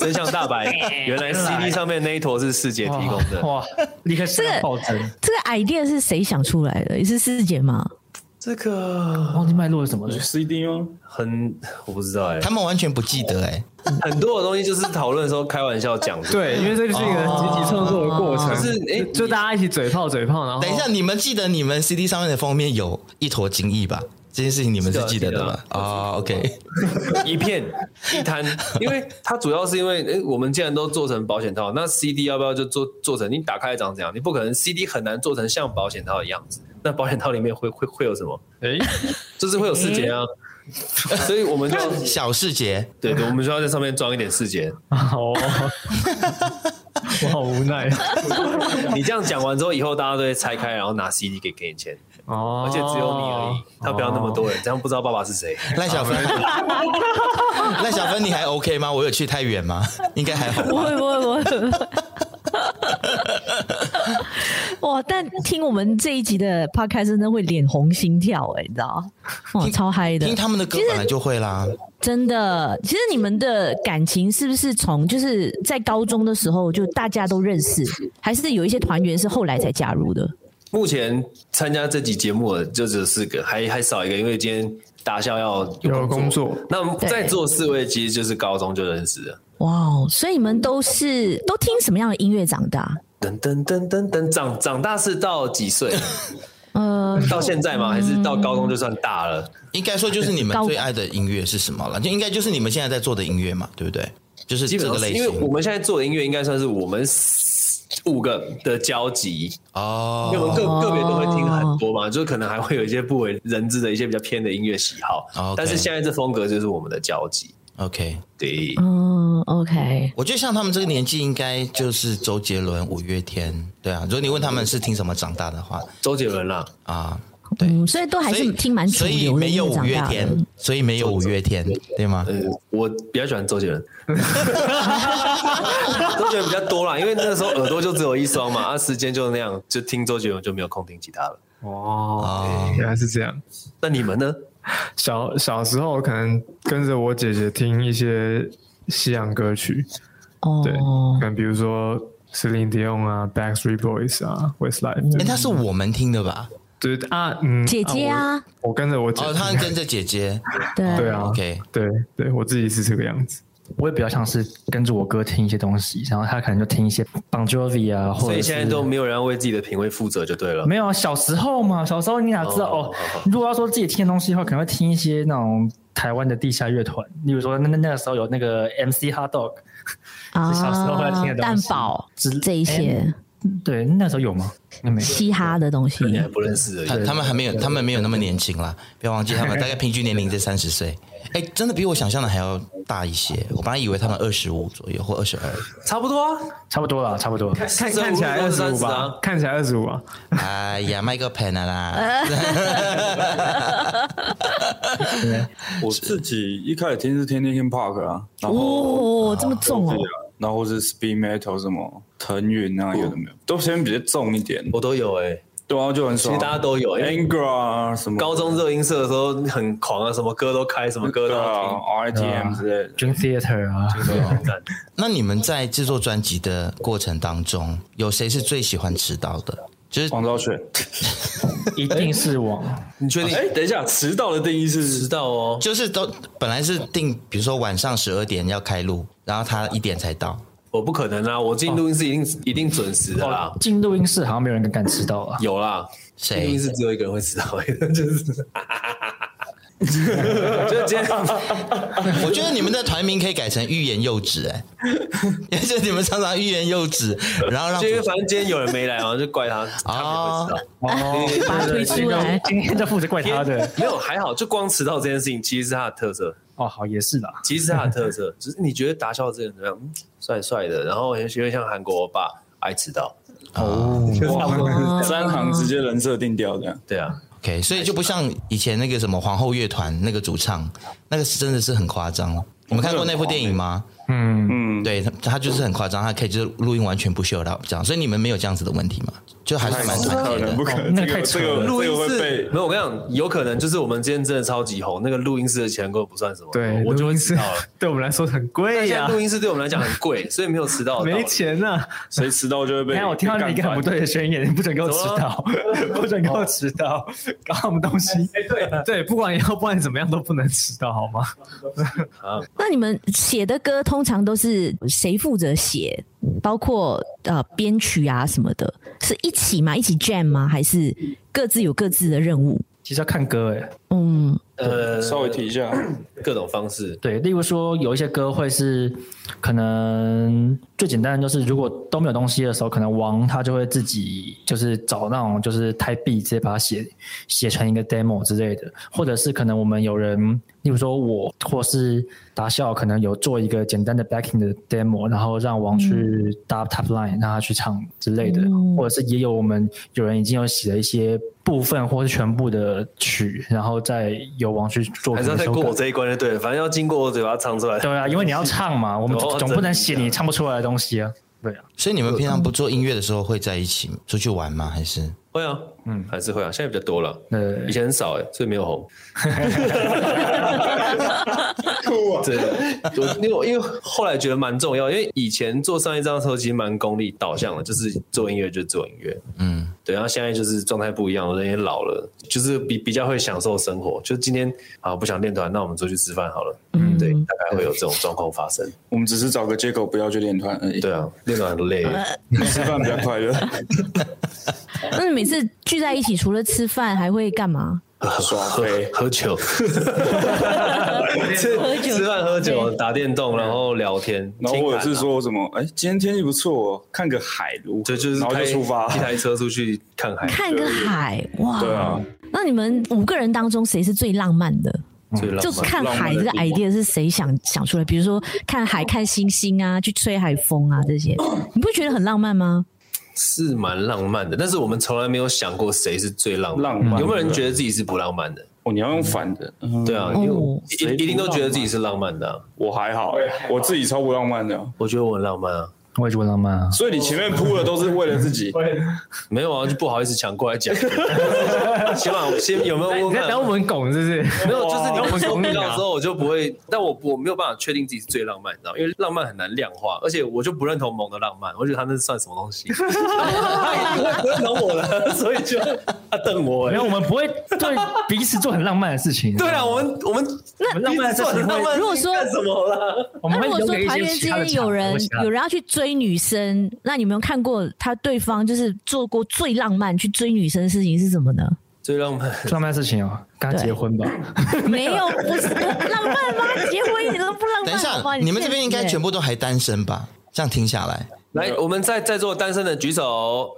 Speaker 3: 真相大 白，原来 CD 上面那一坨是世杰提
Speaker 5: 哇，
Speaker 3: 供的。
Speaker 5: 哇，立刻吃到爆增。
Speaker 1: 这个 idea 是谁想出来的？也是师姐吗？
Speaker 3: 这个
Speaker 5: 忘记脉络是什么了。
Speaker 4: CD 吗？
Speaker 3: 很我不知道哎
Speaker 2: 他，们完全不记得哎，
Speaker 3: 很多的东西就是讨论的时候开玩笑讲的。
Speaker 6: 对，因为这就是一个集体创作的过程，
Speaker 3: 可是哎
Speaker 6: 就大家一起嘴炮嘴炮，然后
Speaker 2: 等一下，你们记得你们 CD 上面的封面有一坨精益吧？这件事情你们是记得的吧？哦 o k
Speaker 3: 一片一滩，因为它主要是因为，诶，我们既然都做成保险套，那 CD 要不要就做做成？你打开来长怎样？你不可能 CD 很难做成像保险套的样子。那保险套里面会会会有什么？
Speaker 6: 哎，
Speaker 3: 就是会有视觉啊， 所以我们就
Speaker 2: 小世杰，
Speaker 3: 对对，我们就要在上面装一点视觉。
Speaker 5: 哦，我好无奈
Speaker 3: 你这样讲完之后，以后大家都会拆开，然后拿 CD 给给你签，
Speaker 6: 哦，
Speaker 3: 而且只有你而已，他不要那么多人，这样不知道爸爸是谁。
Speaker 2: 赖小芬，赖小芬，你还 OK 吗？我有去太远吗？应该还好吧。
Speaker 1: 不会不会不会。 哇！但听我们这一集的 podcast 真的会脸红心跳哎、你知道？哇，
Speaker 2: 听
Speaker 1: 超嗨的！
Speaker 2: 听他们的歌本来就会啦，
Speaker 1: 真的，其实你们的感情是不是从就是在高中的时候就大家都认识，还是有一些团员是后来才加入的？
Speaker 3: 目前参加这集节目的就只有四个，还还少一个，因为今天大笑要
Speaker 6: 有工作。
Speaker 3: 那在座四位其实就是高中就认识的。
Speaker 1: 哇哦！所以你们都是都听什么样的音乐长大？
Speaker 3: 噔噔噔噔噔，长长大是到 几岁？
Speaker 2: 嗯
Speaker 1: 呃，
Speaker 3: 到现在吗？还是到高中就算大了？
Speaker 2: 应该说就是你们
Speaker 1: 高
Speaker 2: 最爱的音乐是什么了？就应该就是你们现在在做的音乐嘛，对不对？就是
Speaker 3: 基
Speaker 2: 这
Speaker 3: 本上
Speaker 2: 个
Speaker 3: 是
Speaker 2: 类
Speaker 3: 因为我
Speaker 2: 型
Speaker 3: 们现在做的音乐应该算是我们四五个的交集，因为我们
Speaker 2: 哦。
Speaker 3: 个个别都会听很多嘛，就是可能还会有一些不为人知的一些比较偏的音乐喜好
Speaker 2: OK
Speaker 3: 但是现在这风格就是我们的交集。
Speaker 2: OK，
Speaker 3: 对，
Speaker 1: 嗯，OK，
Speaker 2: 我觉得像他们这个年纪，应该就是周杰伦、五月天，对啊。如果你问他们是听什么长大的话，
Speaker 3: 周杰伦啦，
Speaker 2: 啊，对
Speaker 1: 嗯，所以都还
Speaker 2: 所以
Speaker 1: 是听蛮主
Speaker 2: 所以
Speaker 1: 流的
Speaker 2: 没
Speaker 1: 音
Speaker 2: 有
Speaker 1: 乐
Speaker 2: 五
Speaker 1: 长
Speaker 2: 月
Speaker 1: 大的。
Speaker 2: 天，所以没有五月天，对吗？
Speaker 3: 呃，我比较喜欢周杰伦， 周杰伦比较多啦，因为那时候耳朵就只有一双嘛，啊，时间就那样，就听周杰伦就没有空听其他了。
Speaker 6: 哦，原来是这样。
Speaker 3: 那你们呢？
Speaker 6: 小小时候可能跟着我姐姐听一些西洋歌曲，对，
Speaker 1: 哦
Speaker 6: 可，能比如说 Celine Dion 啊、Backstreet Boys 啊、Westlife，
Speaker 2: 哎，他是我们听的吧？
Speaker 6: 对啊，嗯，
Speaker 1: 姐姐啊，
Speaker 6: 我，我跟着我姐
Speaker 2: 哦，
Speaker 6: 姐
Speaker 2: 他跟着姐姐，
Speaker 1: 对
Speaker 6: 对啊
Speaker 2: OK
Speaker 6: 对对，我自己是这个样子。
Speaker 5: 我也比较像是跟着我哥听一些东西，然后他可能就听一些 Bon Jovi 啊，或
Speaker 3: 所
Speaker 5: 者
Speaker 3: 以
Speaker 5: 是
Speaker 3: 现在都没有人要为自己的品味负责就对了。
Speaker 5: 没有啊，小时候嘛，小时候你哪知道
Speaker 3: 哦
Speaker 5: 哦？如果要说自己听的东西的话，可能会听一些那种台湾的地下乐团，例如说那那那个时候有那个 MC Hot Dog，
Speaker 1: 啊，
Speaker 5: 小时候会听的东
Speaker 1: 蛋
Speaker 5: 西
Speaker 1: 堡
Speaker 5: 之哎
Speaker 1: 这一些
Speaker 5: 对，那时候有吗？那没有。
Speaker 1: 嘻哈的东西。
Speaker 3: 你还不认识而已
Speaker 2: 他他们还没有，他们没有那么年轻啦，不要忘记他 们大概平均年龄在三十岁。哎，真的比我想象的还要大一些。我本来以为他们二十五左右或二十二。
Speaker 3: 差不多啊，
Speaker 5: 差不多了，差不多。
Speaker 6: 看看起来二十五
Speaker 3: 25
Speaker 6: 吧
Speaker 3: 啊，
Speaker 6: 看起来二十五啊，
Speaker 2: 哎呀，卖个 pen 啦！
Speaker 8: 我自己一开始听是听 Linkin Park 啊，然后
Speaker 1: 哦，这么重哦，
Speaker 8: 然后是 Speed Metal 什么腾云
Speaker 3: 哦
Speaker 8: 啊，有的没有，都偏比较重一点。
Speaker 3: 我都有哎、
Speaker 8: 对啊，就很
Speaker 3: 其
Speaker 8: 爽。
Speaker 3: 实大家都有、哎，
Speaker 8: Anger 啊什么的
Speaker 3: 高中热音社的时候很狂啊，什么歌都开，什么歌都
Speaker 8: 对
Speaker 3: 要听。
Speaker 8: 啊 RITM 之类的。
Speaker 5: Dream Theater 啊，
Speaker 2: 那你们在制作专辑的过程当中，有谁是最喜欢迟到的？就是
Speaker 8: 黄昭雪，
Speaker 5: 一定是我。
Speaker 3: 你确定？
Speaker 8: 哎，等一下，迟到的定义
Speaker 3: 知
Speaker 8: 是
Speaker 3: 道哦，
Speaker 2: 就是都本来是定，比如说晚上十二点要开录，然后他一点才到。
Speaker 3: 我不可能啊，我进录音室一定、一定准时的啦
Speaker 5: 哦，，进录音室好像没有人敢迟到啊。
Speaker 3: 有啦。
Speaker 2: 谁
Speaker 3: 录音室只有一个人会迟到， 就是。就今天
Speaker 2: 我觉得你们的团名可以改成欲言又止、哎，哎，就是你们常常欲言又止，然后让
Speaker 3: 就因为反正今天有人没来嘛，就怪他，他
Speaker 2: 哦
Speaker 3: 也会迟到。
Speaker 5: 哦
Speaker 1: 把它
Speaker 6: 哦
Speaker 1: 推出
Speaker 3: 哎
Speaker 1: 来。
Speaker 5: 今天就负责怪他的。
Speaker 3: 没有还好，就光迟到这件事情其实是他的特色，
Speaker 5: 哦，好，也是啦。
Speaker 3: 其实是他的特色。只是你觉得达笑这个人怎么样？嗯帅帅的，然后有点像韩国欧巴，爱迟到。
Speaker 8: 三行直接人设定掉这样。
Speaker 3: 对啊，
Speaker 2: OK，所以就不像以前那个什么皇后乐团那个主唱，那个是真的是很夸张了。你们看过那部电影吗？
Speaker 8: 嗯，
Speaker 2: 对他，他就是很夸张，他可以就是录音完全不修到这样，所以你们没有这样子的问题嘛？就还是蛮
Speaker 8: 嗯不
Speaker 2: 团
Speaker 8: 可
Speaker 2: 结
Speaker 8: 能，
Speaker 2: 的
Speaker 8: 不。可
Speaker 5: 哦
Speaker 8: 能，
Speaker 5: 那
Speaker 8: 这
Speaker 5: 太
Speaker 8: 个
Speaker 5: 扯
Speaker 8: 这
Speaker 5: 了
Speaker 8: 个
Speaker 3: 录
Speaker 8: 这
Speaker 3: 音
Speaker 8: 个会
Speaker 3: 室
Speaker 8: 被
Speaker 3: 没有，我跟你讲，有可能就是我们今天真的超级红，那个录音室的钱根本不算什么，
Speaker 6: 对，
Speaker 3: 哦我就
Speaker 6: 录
Speaker 3: 会
Speaker 6: 音
Speaker 3: 迟
Speaker 6: 室
Speaker 3: 到了。
Speaker 6: 对我啊们来说很
Speaker 3: 但
Speaker 6: 贵
Speaker 3: 现在
Speaker 6: 呀，
Speaker 3: 录音室对我们来讲很贵，所以没有迟到的道理
Speaker 6: 没。钱啊呐。
Speaker 8: 谁迟到就会被。
Speaker 5: 你看，我听到你一个很不对的宣言，你不准给我迟到， 不准给我迟到，搞什么东西？
Speaker 6: 对对，不管要不然怎么样都不能迟到，好吗？
Speaker 1: 那你们写的歌通常都是谁负责写？包括呃编曲啊什么的，是一起吗？一起 jam 吗？还是各自有各自的任务？
Speaker 5: 其实要看歌诶，哎
Speaker 1: 嗯
Speaker 3: 呃，
Speaker 8: 稍微提一下，
Speaker 3: 各种方式，
Speaker 5: 对，例如说有一些歌会是可能最简单的就是，如果都没有东西的时候，可能王他就会自己就是找那种就是台币直接把它写写成一个 demo 之类的，或者是可能我们有人，例如说我或是达笑，可能有做一个简单的 backing 的 demo，然后让王去搭 top line 让他去唱之类的，或者是也有我们有人已经有写了一些。部分或是全部的曲，然后再由王去做
Speaker 3: 还
Speaker 5: 可
Speaker 3: 是要
Speaker 5: 能
Speaker 3: 再
Speaker 5: 修
Speaker 3: 过
Speaker 5: 改
Speaker 3: 我。这一关就对了，反正要经过我嘴巴唱出来。
Speaker 5: 对啊，因为你要 唱嘛，我们
Speaker 3: 哦
Speaker 5: 总不能写
Speaker 3: 真的
Speaker 5: 你唱不出来的东西啊。对啊，
Speaker 2: 所以你们平
Speaker 1: 嗯
Speaker 2: 常不做音乐的时候会在一起出去玩吗？还是
Speaker 3: 会啊，嗯，还是会啊，现在比较多了，
Speaker 5: 对
Speaker 3: 以前很少哎、所以没有红。酷 啊！真的，我因为我因为后来觉得蛮重要，因为以前做上一张的时候其实蛮功利导向的，就是做音乐就做音乐，
Speaker 2: 嗯，
Speaker 3: 对，然后现在就是状态不一样，人也老了，就是比比较会享受生活。就今天啊，不想练团，那我们出去吃饭好了。嗯，对，大概会有这种状况发生。
Speaker 8: 我们只是找个借口不要去练团而已。
Speaker 3: 对，啊，练团很累，
Speaker 8: 吃饭比较 快乐，
Speaker 1: 那你每次聚在一起，除了吃饭，还会干嘛？
Speaker 8: 耍
Speaker 3: 喝
Speaker 8: 飞。
Speaker 3: 哎喝酒，吃吃饭喝酒，打电动，然后聊天，
Speaker 8: 然后
Speaker 3: 听
Speaker 8: 或者
Speaker 3: 盘
Speaker 8: 是
Speaker 3: 啊。
Speaker 8: 说什么，哎，今天天气不错哦，看个海如何，
Speaker 3: 对，就是
Speaker 8: 然后
Speaker 3: 开
Speaker 8: 就出发。
Speaker 3: 一台车出去看海，
Speaker 1: 看个海，哇！
Speaker 8: 对啊，
Speaker 1: 那你们五个人当中，谁是最浪漫的？
Speaker 3: 最浪
Speaker 1: 就
Speaker 3: 漫。
Speaker 1: 看海这个
Speaker 8: 浪漫的地
Speaker 1: idea 是谁想想出来？比如说看海、看星星啊，去吹海风啊这些，你不觉得很浪漫吗？
Speaker 3: 是蛮浪漫的，但是我们从来没有想过谁是最浪漫的。
Speaker 8: 浪漫
Speaker 3: 有没有人觉得自己是不浪漫的？
Speaker 8: 哦，你要用反的，嗯
Speaker 3: 对啊，
Speaker 1: 哦
Speaker 3: 因为我一
Speaker 8: 谁不
Speaker 3: 一定都觉得自己是浪漫的啊、
Speaker 8: 我还好，我自己超不浪漫的，
Speaker 3: 我觉得我很浪漫啊，
Speaker 5: 我也觉得浪漫啊。
Speaker 8: 所以你前面铺的都是为了自己。
Speaker 3: 没有啊，就不好意思抢过来讲。起码我先有没有
Speaker 6: 你
Speaker 3: 问
Speaker 6: 在
Speaker 3: 看？
Speaker 6: 等我们拱是不是？
Speaker 3: 没有，就是你
Speaker 6: 哇
Speaker 3: 们说
Speaker 6: 我们
Speaker 3: 遇
Speaker 6: 懂
Speaker 3: 到
Speaker 6: 你啊
Speaker 3: 的时候，我就不会，但我我没有办法确定自己是最浪漫，你知道吗，因为浪漫很难量化，而且我就不认同萌的浪漫，我觉得他那算什么东西， 他一定会不认同我的，所以就他瞪我
Speaker 5: 没
Speaker 3: 哎。
Speaker 5: 有，我们不会对彼此做很浪漫的事情。
Speaker 3: 对啊，我们我们
Speaker 5: 我们浪漫的事
Speaker 3: 算
Speaker 5: 情
Speaker 3: 浪
Speaker 5: 会，
Speaker 3: 漫，
Speaker 1: 如果说
Speaker 3: 干什么了？
Speaker 5: 我们
Speaker 1: 那
Speaker 5: 会
Speaker 1: 如果说
Speaker 5: 留给一
Speaker 1: 团
Speaker 5: 些
Speaker 1: 员之
Speaker 5: 其他的
Speaker 1: 间有人
Speaker 5: 场合
Speaker 1: 有人要去追女生，那你有没有看过他对方就是做过最浪漫去追女生的事情是什么呢？
Speaker 3: 最浪漫，
Speaker 5: 浪漫的事情哦，刚
Speaker 1: 对
Speaker 5: 结婚吧？
Speaker 1: 没有，不是浪漫吗？结婚一点都不浪漫。
Speaker 2: 等一
Speaker 1: 好不好
Speaker 2: 下，你们这边应该全
Speaker 1: 部
Speaker 2: 部都还单身吧？这样听下来
Speaker 3: 来，我们在在座单身的举手。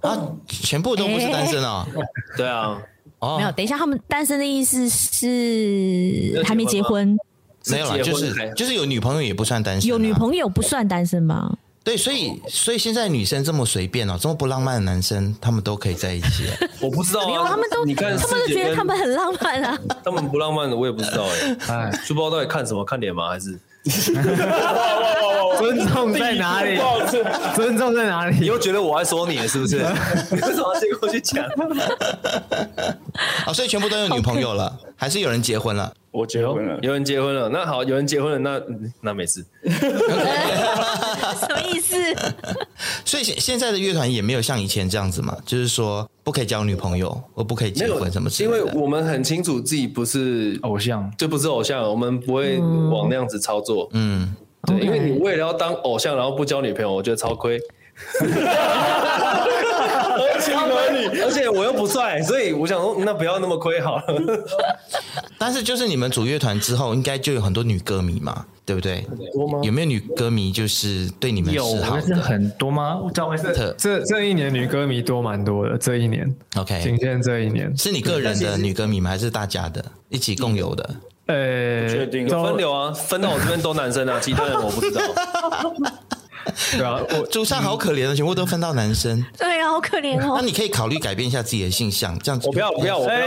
Speaker 2: 啊，全部都不是单身哦。
Speaker 3: 对啊，
Speaker 1: 哎没有。
Speaker 2: 哦，
Speaker 1: 等一下，他们单身的意思是
Speaker 3: 要结婚吗
Speaker 1: 还没结婚，
Speaker 2: 没有啦，
Speaker 3: 是结
Speaker 2: 就
Speaker 3: 婚
Speaker 2: 是
Speaker 3: 还
Speaker 2: 就是有女朋友也不算单身啊，
Speaker 1: 有女朋友不算单身吗？
Speaker 2: 对，所以所以现在女生这么随便哦，这么不浪漫的男生，他们都可以在一起。
Speaker 3: 我不知道
Speaker 1: 没有，
Speaker 3: 啊，
Speaker 1: 他们都
Speaker 3: 你看
Speaker 1: 他们都
Speaker 3: 师姐
Speaker 1: 觉得
Speaker 3: 跟
Speaker 1: 他们很浪漫啊。
Speaker 3: 他们不浪漫的，我也不知道哎，
Speaker 5: 哎，
Speaker 3: 就不知道到底看什么，看脸吗？还是
Speaker 6: 尊重在 哪里？尊重在哪
Speaker 3: 你
Speaker 6: 里？
Speaker 3: 又觉得我在说你是 不是？你为什么要借过去讲？
Speaker 2: 哦，所以全部都有女朋 友了，还是有人结婚了？
Speaker 8: 我结婚了，
Speaker 3: 有人结婚了，那好，有人结婚了，那嗯那没事。
Speaker 1: 什么意思？
Speaker 2: 所以现现在的乐团也没有像以前这样子嘛，就是说不可以交女朋友，我不可以结婚什么之
Speaker 3: 因
Speaker 2: 类
Speaker 3: 为
Speaker 2: 的。
Speaker 3: 我们很清楚自己不是，
Speaker 5: 偶像，
Speaker 3: 就不是偶像，我们不会往那样子操作。
Speaker 2: 嗯，
Speaker 3: 对，
Speaker 1: 嗯 OK
Speaker 3: 因为你为了要当偶像，然后不交女朋友，我觉得超 亏。 而且我又不帅，所以我想说，那不要那么亏好了。
Speaker 2: 但是就是你们组乐团之后，应该就有很多女歌迷嘛，对不对？有没有女歌迷就是对你们
Speaker 5: 有，
Speaker 2: 示好
Speaker 5: 但是
Speaker 2: 的
Speaker 5: 很多吗？我知道我是
Speaker 2: 特
Speaker 6: 这这一年女歌迷多蛮多的，这一年，
Speaker 5: 哎
Speaker 6: 仅
Speaker 2: ？OK，
Speaker 6: 限这一年，
Speaker 2: 是你个人的女歌迷吗？还是大家的一起共有的？
Speaker 6: 呃，
Speaker 8: 确定
Speaker 6: 都
Speaker 3: 分流啊，分到我这边都男生啊，其他人我 不知道。
Speaker 6: 对啊，我
Speaker 2: 朱砂好可怜的，全部都分到男
Speaker 3: 嗯
Speaker 2: 生。
Speaker 1: 对啊，好可怜
Speaker 2: 那
Speaker 1: 哦。
Speaker 2: 你可以考虑改变一下自己的性向，这样子
Speaker 3: 我不要，我不要，我不要，
Speaker 6: 哎，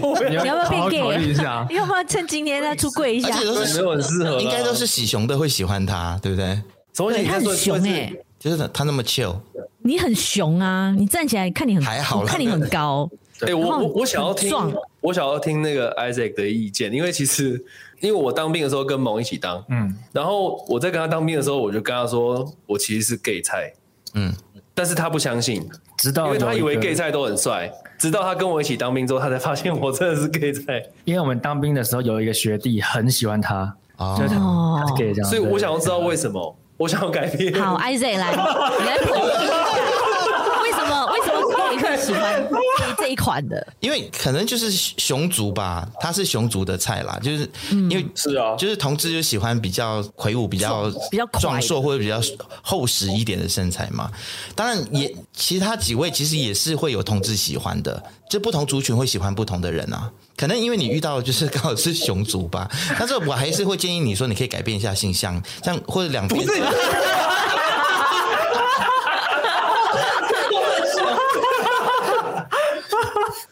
Speaker 3: 我不要，我
Speaker 6: 你
Speaker 3: 不要。
Speaker 1: 你要不要
Speaker 6: 好好
Speaker 1: 变
Speaker 6: 考虑
Speaker 1: gay？啊
Speaker 6: 一
Speaker 1: ？
Speaker 6: 下
Speaker 1: 要不要趁今天再出柜一
Speaker 2: 而
Speaker 1: 下
Speaker 2: 且？都
Speaker 3: 没
Speaker 2: 是
Speaker 3: 有很适合啦，
Speaker 2: 应该都是喜熊的会喜欢他，对不对？
Speaker 3: 什么？
Speaker 1: 对，他很熊哎、
Speaker 2: 就是他那么 chill，
Speaker 1: 你很熊啊！你站起来看你很
Speaker 2: 还好啦
Speaker 1: 看你很高，
Speaker 3: 哎、
Speaker 1: 然
Speaker 3: 我
Speaker 1: 后
Speaker 3: 我我想要
Speaker 1: 很
Speaker 3: 听
Speaker 1: 壮，
Speaker 3: 我想要听那个 Isaac 的意见，因为其实因为我当兵的时候跟萌一起当，嗯，然后我在跟他当兵的时候，我就跟他说我其实是 gay 菜，
Speaker 2: 嗯，
Speaker 3: 但是他不相信，
Speaker 5: 直
Speaker 1: 哦
Speaker 3: 因
Speaker 5: 到
Speaker 3: 为他
Speaker 5: 有
Speaker 3: 以
Speaker 5: 一
Speaker 3: 为
Speaker 5: 个
Speaker 3: gay 菜都很帅，直到他跟我一起当兵之后，他才发现我真的是 gay 菜，
Speaker 5: 因为我们当兵的时候有一个学弟很喜欢他，
Speaker 2: 哦
Speaker 5: 就是
Speaker 1: 哦
Speaker 5: 他是 gay 这样，
Speaker 3: 所以我
Speaker 5: 对
Speaker 3: 想要知道为什么，我想要改变。
Speaker 1: 好，Isaac 来，你来剖析一下，为什么为什么 gay 会喜欢这这一款 的。
Speaker 2: 因为可能就是熊族吧，他是熊族的菜啦，就是
Speaker 3: 嗯
Speaker 2: 因为
Speaker 8: 是啊
Speaker 2: 就是同志就喜欢比较魁梧、比较
Speaker 1: 比较快
Speaker 2: 壮硕或者比较厚实一点的身材嘛。当然也，其他几位其实也是会有同志喜欢的，就不同族群会喜欢不同的人啊。可能因为你遇到的就是刚好是熊族吧， 但是我还是会建议你说你可以改变一下性向，这样或者两边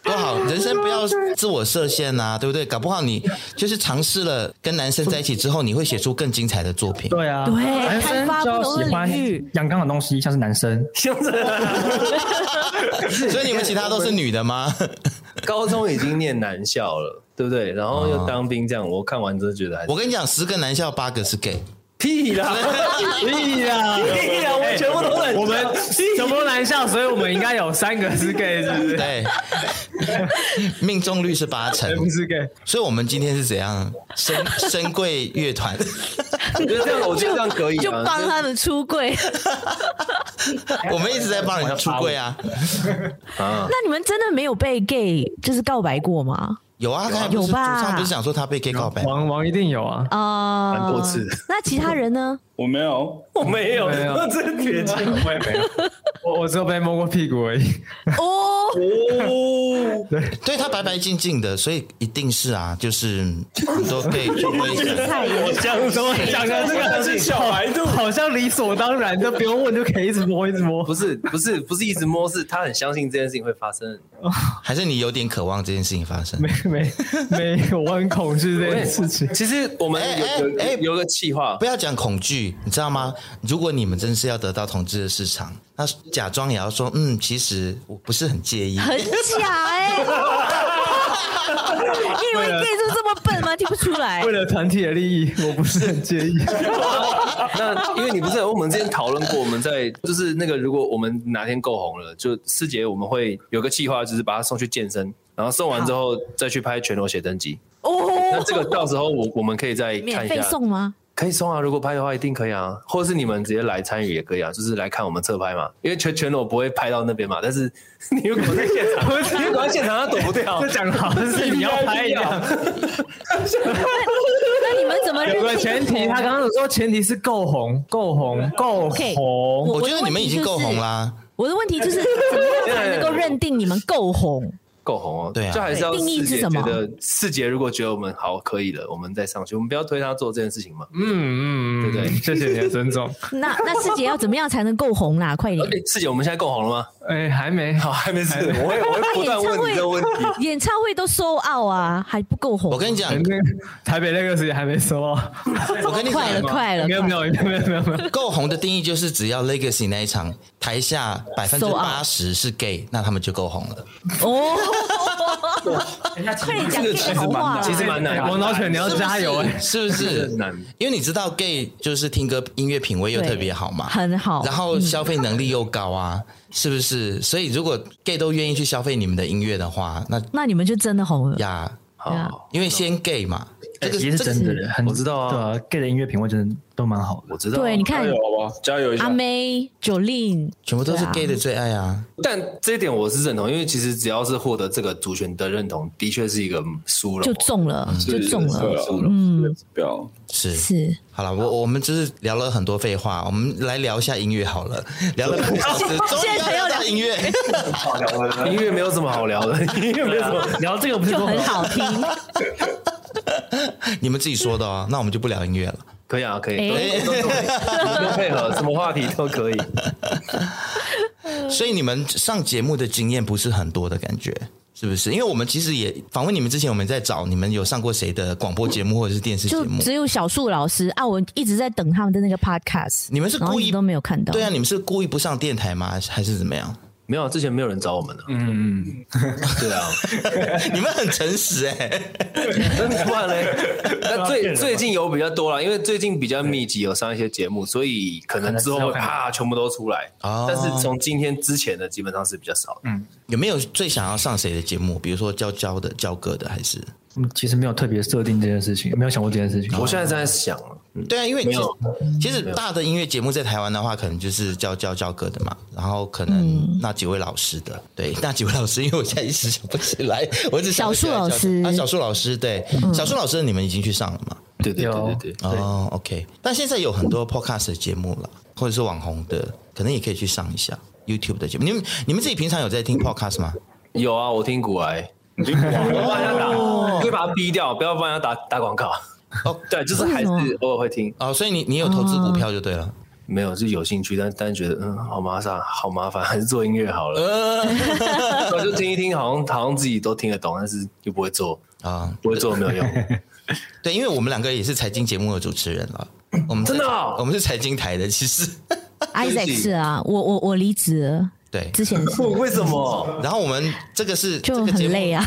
Speaker 2: 多好，人生不要自我设限呐、对不对？搞不好你就是尝试了跟男生在一起之后，你会写出更精彩的作品。
Speaker 5: 对啊，
Speaker 1: 对
Speaker 5: 男生就要喜欢阳刚的东西，像是男生，
Speaker 2: 所以你们其他都是女的吗？
Speaker 3: 高中已经念男校了，对不对？然后又当兵，这样我看完之后觉得还是
Speaker 2: 我跟你讲，十个男校八个是 gay。
Speaker 3: 屁啦， 屁啦，屁啦，我全部都很
Speaker 4: 我们 什么男校，所以我们应该有三个是 gay，是不是？
Speaker 2: 对， 命中率是八成，
Speaker 4: 不是 gay，
Speaker 2: 所以我们今天是怎样？深深贵乐团，
Speaker 3: 我觉得这样，我觉得这样可以
Speaker 1: 就
Speaker 3: 啊。
Speaker 1: 帮他们出柜。
Speaker 2: 我们一直在帮人出柜啊，
Speaker 1: 那你们真的没有被 gay 就是告白过吗？
Speaker 2: 有啊，刚才不是
Speaker 1: 有
Speaker 2: 主
Speaker 1: 吧
Speaker 2: 唱不是讲说他被 gay 告白，
Speaker 6: 王王一定有啊，
Speaker 1: 啊、
Speaker 3: 蛮多次的
Speaker 1: 那其他人呢？
Speaker 8: 我没有，
Speaker 3: 我没有，
Speaker 6: 没有
Speaker 3: 我真的绝情。
Speaker 6: 我也没有，我我只有被摸过屁股而已。
Speaker 1: 哦，
Speaker 2: 对他白白净净的，所以一定是啊，就是很多 gay 出柜者。
Speaker 1: 菜
Speaker 3: 我想说，
Speaker 4: 讲的这个是小孩度，好像理所当然，都不用问就可以一直摸一直 摸。
Speaker 3: 不是不是不是一直摸，是他很相信这件事情会发生。
Speaker 2: 还是你有点渴望这件事情发生？
Speaker 6: 没没有，我很恐惧这件 事情。
Speaker 3: 其实我们
Speaker 2: 哎哎
Speaker 3: 有有
Speaker 2: 哎
Speaker 3: 有有个计划
Speaker 2: 不，要讲恐惧，你知道吗？如果你们真是要得到同志的市场，那假装也要说，嗯，其实我不是很 介意。
Speaker 1: 很假哎、 你以为 gay 就这么笨吗？听不出来
Speaker 6: 为。了团体的利益，我不是很介意。
Speaker 3: 那因为你不是我们之前讨论过，我们在就是那个，如果我们哪天够红了，就师姐我们会有个计划，就是把他送去健身，然后送完之后再去拍全裸写真集。那
Speaker 1: 哦，
Speaker 3: 这个到时候我我们可以再看
Speaker 1: 免
Speaker 3: 一
Speaker 1: 费
Speaker 3: 下，
Speaker 1: 送吗？
Speaker 3: 可以送啊，如果拍的话一定可以啊，或者是你们直接来参与也可以啊，就是来看我们侧拍嘛，因为全全裸不会拍到那边嘛，但是你如果在现场，你如果在现场他躲不掉
Speaker 4: 这。讲好像是你要拍一样，
Speaker 1: 那你们怎么认
Speaker 4: 有个
Speaker 1: 定
Speaker 4: 前
Speaker 1: 不
Speaker 4: 提，
Speaker 1: 同
Speaker 4: 他刚刚有说前提是够红，够红，够
Speaker 1: OK
Speaker 4: 红。
Speaker 2: 我觉得你们已经够红。啦。
Speaker 1: 我的问题就是，怎么样才能够认定你们够红？
Speaker 3: 够红哦，
Speaker 2: 对啊
Speaker 3: 就还是要
Speaker 1: 对定义
Speaker 3: 四
Speaker 1: 是
Speaker 3: 姐
Speaker 1: 什么
Speaker 3: 觉得四姐如果觉得我们好可以了，我们再上去，我们不要推她做这件事情嘛。对不
Speaker 6: 嗯嗯，
Speaker 3: 对
Speaker 6: 谢谢你的尊重。
Speaker 1: 那 那师姐要怎么样才能够红啦？ 快点！
Speaker 3: 哎，四姐，我们现在够红了吗？
Speaker 6: 哎，还没好，
Speaker 3: 还没事， 我会我会不断问你这个问题。
Speaker 1: 演唱会都 sold out 啊，还不够红。
Speaker 2: 我跟你讲
Speaker 6: 那，个台北那个时也还没收哦。
Speaker 2: 我跟你
Speaker 1: 快了，
Speaker 2: 讲，
Speaker 1: 快了，
Speaker 6: 没有没
Speaker 1: 有。
Speaker 6: 有没有没有没有没 有，
Speaker 2: 够红的定义就是只要 Legacy 那一场台下百分之
Speaker 1: Sold
Speaker 2: 八
Speaker 1: out
Speaker 2: 十是 gay，那他们就够红了。
Speaker 1: 哦，快点讲 gay 好话啊。
Speaker 3: 其实蛮难的，
Speaker 6: 哎王道全你要加油哎！
Speaker 2: 是不是
Speaker 3: 很难？
Speaker 2: 因为你知道 gay 就是听歌音乐品味又特别好嘛，
Speaker 1: 对很好嗯
Speaker 2: 然后消费能力又高啊，是不是？所以如果 gay 都愿意去消费你们的音乐的话，那
Speaker 1: 那你们就真的红了。啊
Speaker 2: 呀，
Speaker 3: 好，
Speaker 2: 因为先 gay 嘛，这个
Speaker 5: 哎其实
Speaker 2: 这
Speaker 5: 是
Speaker 2: 个
Speaker 5: 真的，很
Speaker 3: 我知道啊
Speaker 5: 对啊，gay 的音乐品味真的都蛮好的。
Speaker 3: 我知道。
Speaker 1: 对，你
Speaker 8: 加
Speaker 1: 看
Speaker 8: 油好吧，加油一
Speaker 1: 阿
Speaker 8: 下。
Speaker 1: 妹、Jolin，
Speaker 2: 全部都是
Speaker 1: 对啊
Speaker 2: gay 的最爱啊。
Speaker 3: 但这一点我是认同，因为其实只要是获得这个族群的认同，的确是一个殊荣。
Speaker 1: 就中了，就中
Speaker 8: 对
Speaker 1: 了。
Speaker 8: 啊，嗯，不要。
Speaker 2: 是
Speaker 1: 是，
Speaker 2: 好了，我我们就是聊了很多废话，我们来聊一下音乐好了，聊 了半个小时，终于要聊到音乐。
Speaker 3: 音乐没有什么好聊的， 音乐没有什么。
Speaker 1: 啊
Speaker 5: 聊这个不是
Speaker 1: 就
Speaker 5: 多
Speaker 1: 很好 听。
Speaker 2: 你们自己说的哦，那我们就不聊音乐了。
Speaker 3: 可以啊，可以，
Speaker 1: 哎
Speaker 3: 都都 都都配合，什么话题都可以。
Speaker 2: 所以你们上节目的经验不是很多的感觉，是不是？因为我们其实也访问你们之前，我们在找你们有上过谁的广播节目或者是电视节
Speaker 1: 就
Speaker 2: 目。
Speaker 1: 只有小树老师啊，我一直在等他们的那个 podcast，
Speaker 2: 你们是
Speaker 1: 然后
Speaker 2: 故
Speaker 1: 一
Speaker 2: 意
Speaker 1: 直都没有看到。
Speaker 2: 对啊，，你们是故意不上电台吗？还是怎么样？
Speaker 3: 没有，啊之前没有人找我们的。嗯， 对啊，
Speaker 2: 你们很诚实哎、
Speaker 3: 不然 嘞，那最最近有比较多了，因为最近比较密集有上一些节目，所以可能之后会啪全部都出来。
Speaker 2: 哦
Speaker 3: 但是从今天之前的基本上是比较少的。
Speaker 2: 有没有最想要上谁的节目？比如说娇娇的、娇哥的，还是
Speaker 5: 嗯其实没有特别设定这件事情，没有想过这件事情。
Speaker 2: 哦
Speaker 3: 我现在正在想，
Speaker 2: 对啊，因为
Speaker 3: 没有
Speaker 2: 其实大的音乐节目在台湾的话，可能就是教教教歌的嘛，然后可能那几位老师的，对， 那几位老师，因为我现在一时想不起来， 我只想不起来
Speaker 1: 小树老师嗯
Speaker 2: 啊，小树老师，对，小树老师，你们已经去上了嘛？
Speaker 3: 对对
Speaker 5: 有
Speaker 3: 对对对，
Speaker 2: 哦，OK，但现在有很多 podcast 的节目了，或者是网红的，可能也可以去上一下 YouTube 的节目。你们你们自己平常有在听 podcast 吗？
Speaker 3: 有啊，我听古癌，
Speaker 8: 你听
Speaker 3: 我
Speaker 8: 过吗？
Speaker 3: 帮人家打，我会把它逼掉，不要帮人家打打广告。
Speaker 2: 哦
Speaker 3: 哦， 对，就是
Speaker 1: 为
Speaker 3: 还
Speaker 1: 什
Speaker 3: 是偶尔会听，
Speaker 2: 哦，所以你你有投资股票就对了。
Speaker 3: 没有就是有兴趣，但但觉得嗯，好麻烦，好麻烦，还是做音乐好了。 我就听一听，好像好像自己都听得懂，但是又不会做，
Speaker 2: 啊、
Speaker 3: 不会做没有用。
Speaker 2: 对，因为我们两个也是财经节目的主持人了，我们在
Speaker 3: 真的哦
Speaker 2: 我们是财经台的，其实
Speaker 1: Isaac 是啊，我我我离职了，
Speaker 2: 对。
Speaker 1: 之前 是。
Speaker 3: 为什么？
Speaker 2: 然后我们这个是
Speaker 1: 就
Speaker 2: 这个
Speaker 1: 很
Speaker 2: 节目
Speaker 1: 累啊，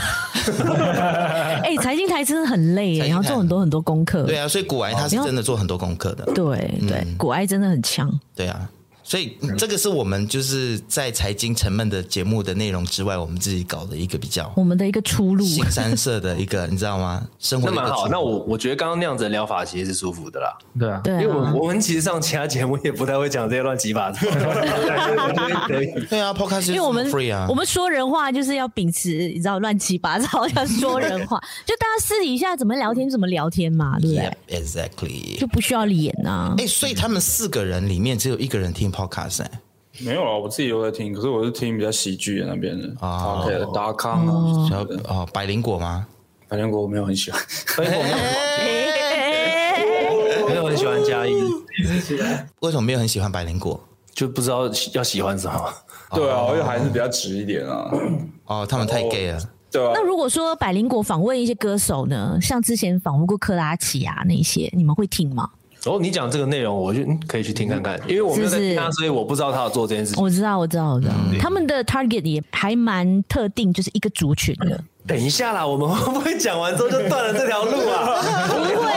Speaker 1: 哎、财经台真的很累耶，
Speaker 2: 财经台
Speaker 1: 然后做很多很多功课，
Speaker 2: 对啊，所嗯以古玩他是
Speaker 1: 哦
Speaker 2: 真的做很多功课的，
Speaker 1: 对对，古埃真的很强，
Speaker 2: 对啊，所以这个是我们就是在财经沉闷的节目的内容之外，我们自己搞的一个比较
Speaker 1: 我们的一个出路，
Speaker 2: 新三色的一个，你知道吗？生活
Speaker 3: 那
Speaker 2: 的一个
Speaker 3: 蛮好，
Speaker 2: 主
Speaker 3: 那我我觉得刚刚那样子的疗法其实是舒服的啦，
Speaker 5: 对啊，
Speaker 1: 对
Speaker 3: 因为
Speaker 1: 啊，
Speaker 3: 我我们其实上其他节目也不太会讲这些乱七 八糟的，我觉得可以。
Speaker 2: 对啊，Podcast
Speaker 1: 因为我们
Speaker 2: 就是 free 啊，
Speaker 1: 我们说人话就是要秉持你知道乱七八糟要说人 话，就大家私底下怎么聊天怎么聊天嘛，对不对？
Speaker 2: Yep, exactly
Speaker 1: 就。不需要脸啊
Speaker 2: 哎、。所以他们四个人里面只有一个人听 podcast 哎、
Speaker 8: 没有啊，我自己有在听，可是我是听比较喜剧的那边的
Speaker 2: 哦
Speaker 8: OK，达康啊，
Speaker 2: 然后哦，百灵果 吗？
Speaker 8: 反正我没有很喜欢。
Speaker 3: 没有很喜欢嘉义，
Speaker 2: 为什么没有很喜欢百灵果？
Speaker 3: 就不知道要喜欢什么。
Speaker 8: 对啊，而且还是比较直一点啊。
Speaker 2: 哦，他们太 gay 了。
Speaker 8: 对啊
Speaker 1: 那，如果说百灵果访问一些歌手呢，像之前访问过克拉奇啊那些，你们会听吗？
Speaker 3: 然后哦你讲这个内容，我就嗯可以去听看看，因为我没有在听他，
Speaker 1: 是是
Speaker 3: 所以我不知道他有做这件事情。
Speaker 1: 我知道，我知道，我知道，
Speaker 2: 嗯
Speaker 1: 他们的 target 也还蛮特定，就是一个族群的。
Speaker 3: 等一下啦，我们会不会讲完之后就断了这条路 啊？
Speaker 1: 不会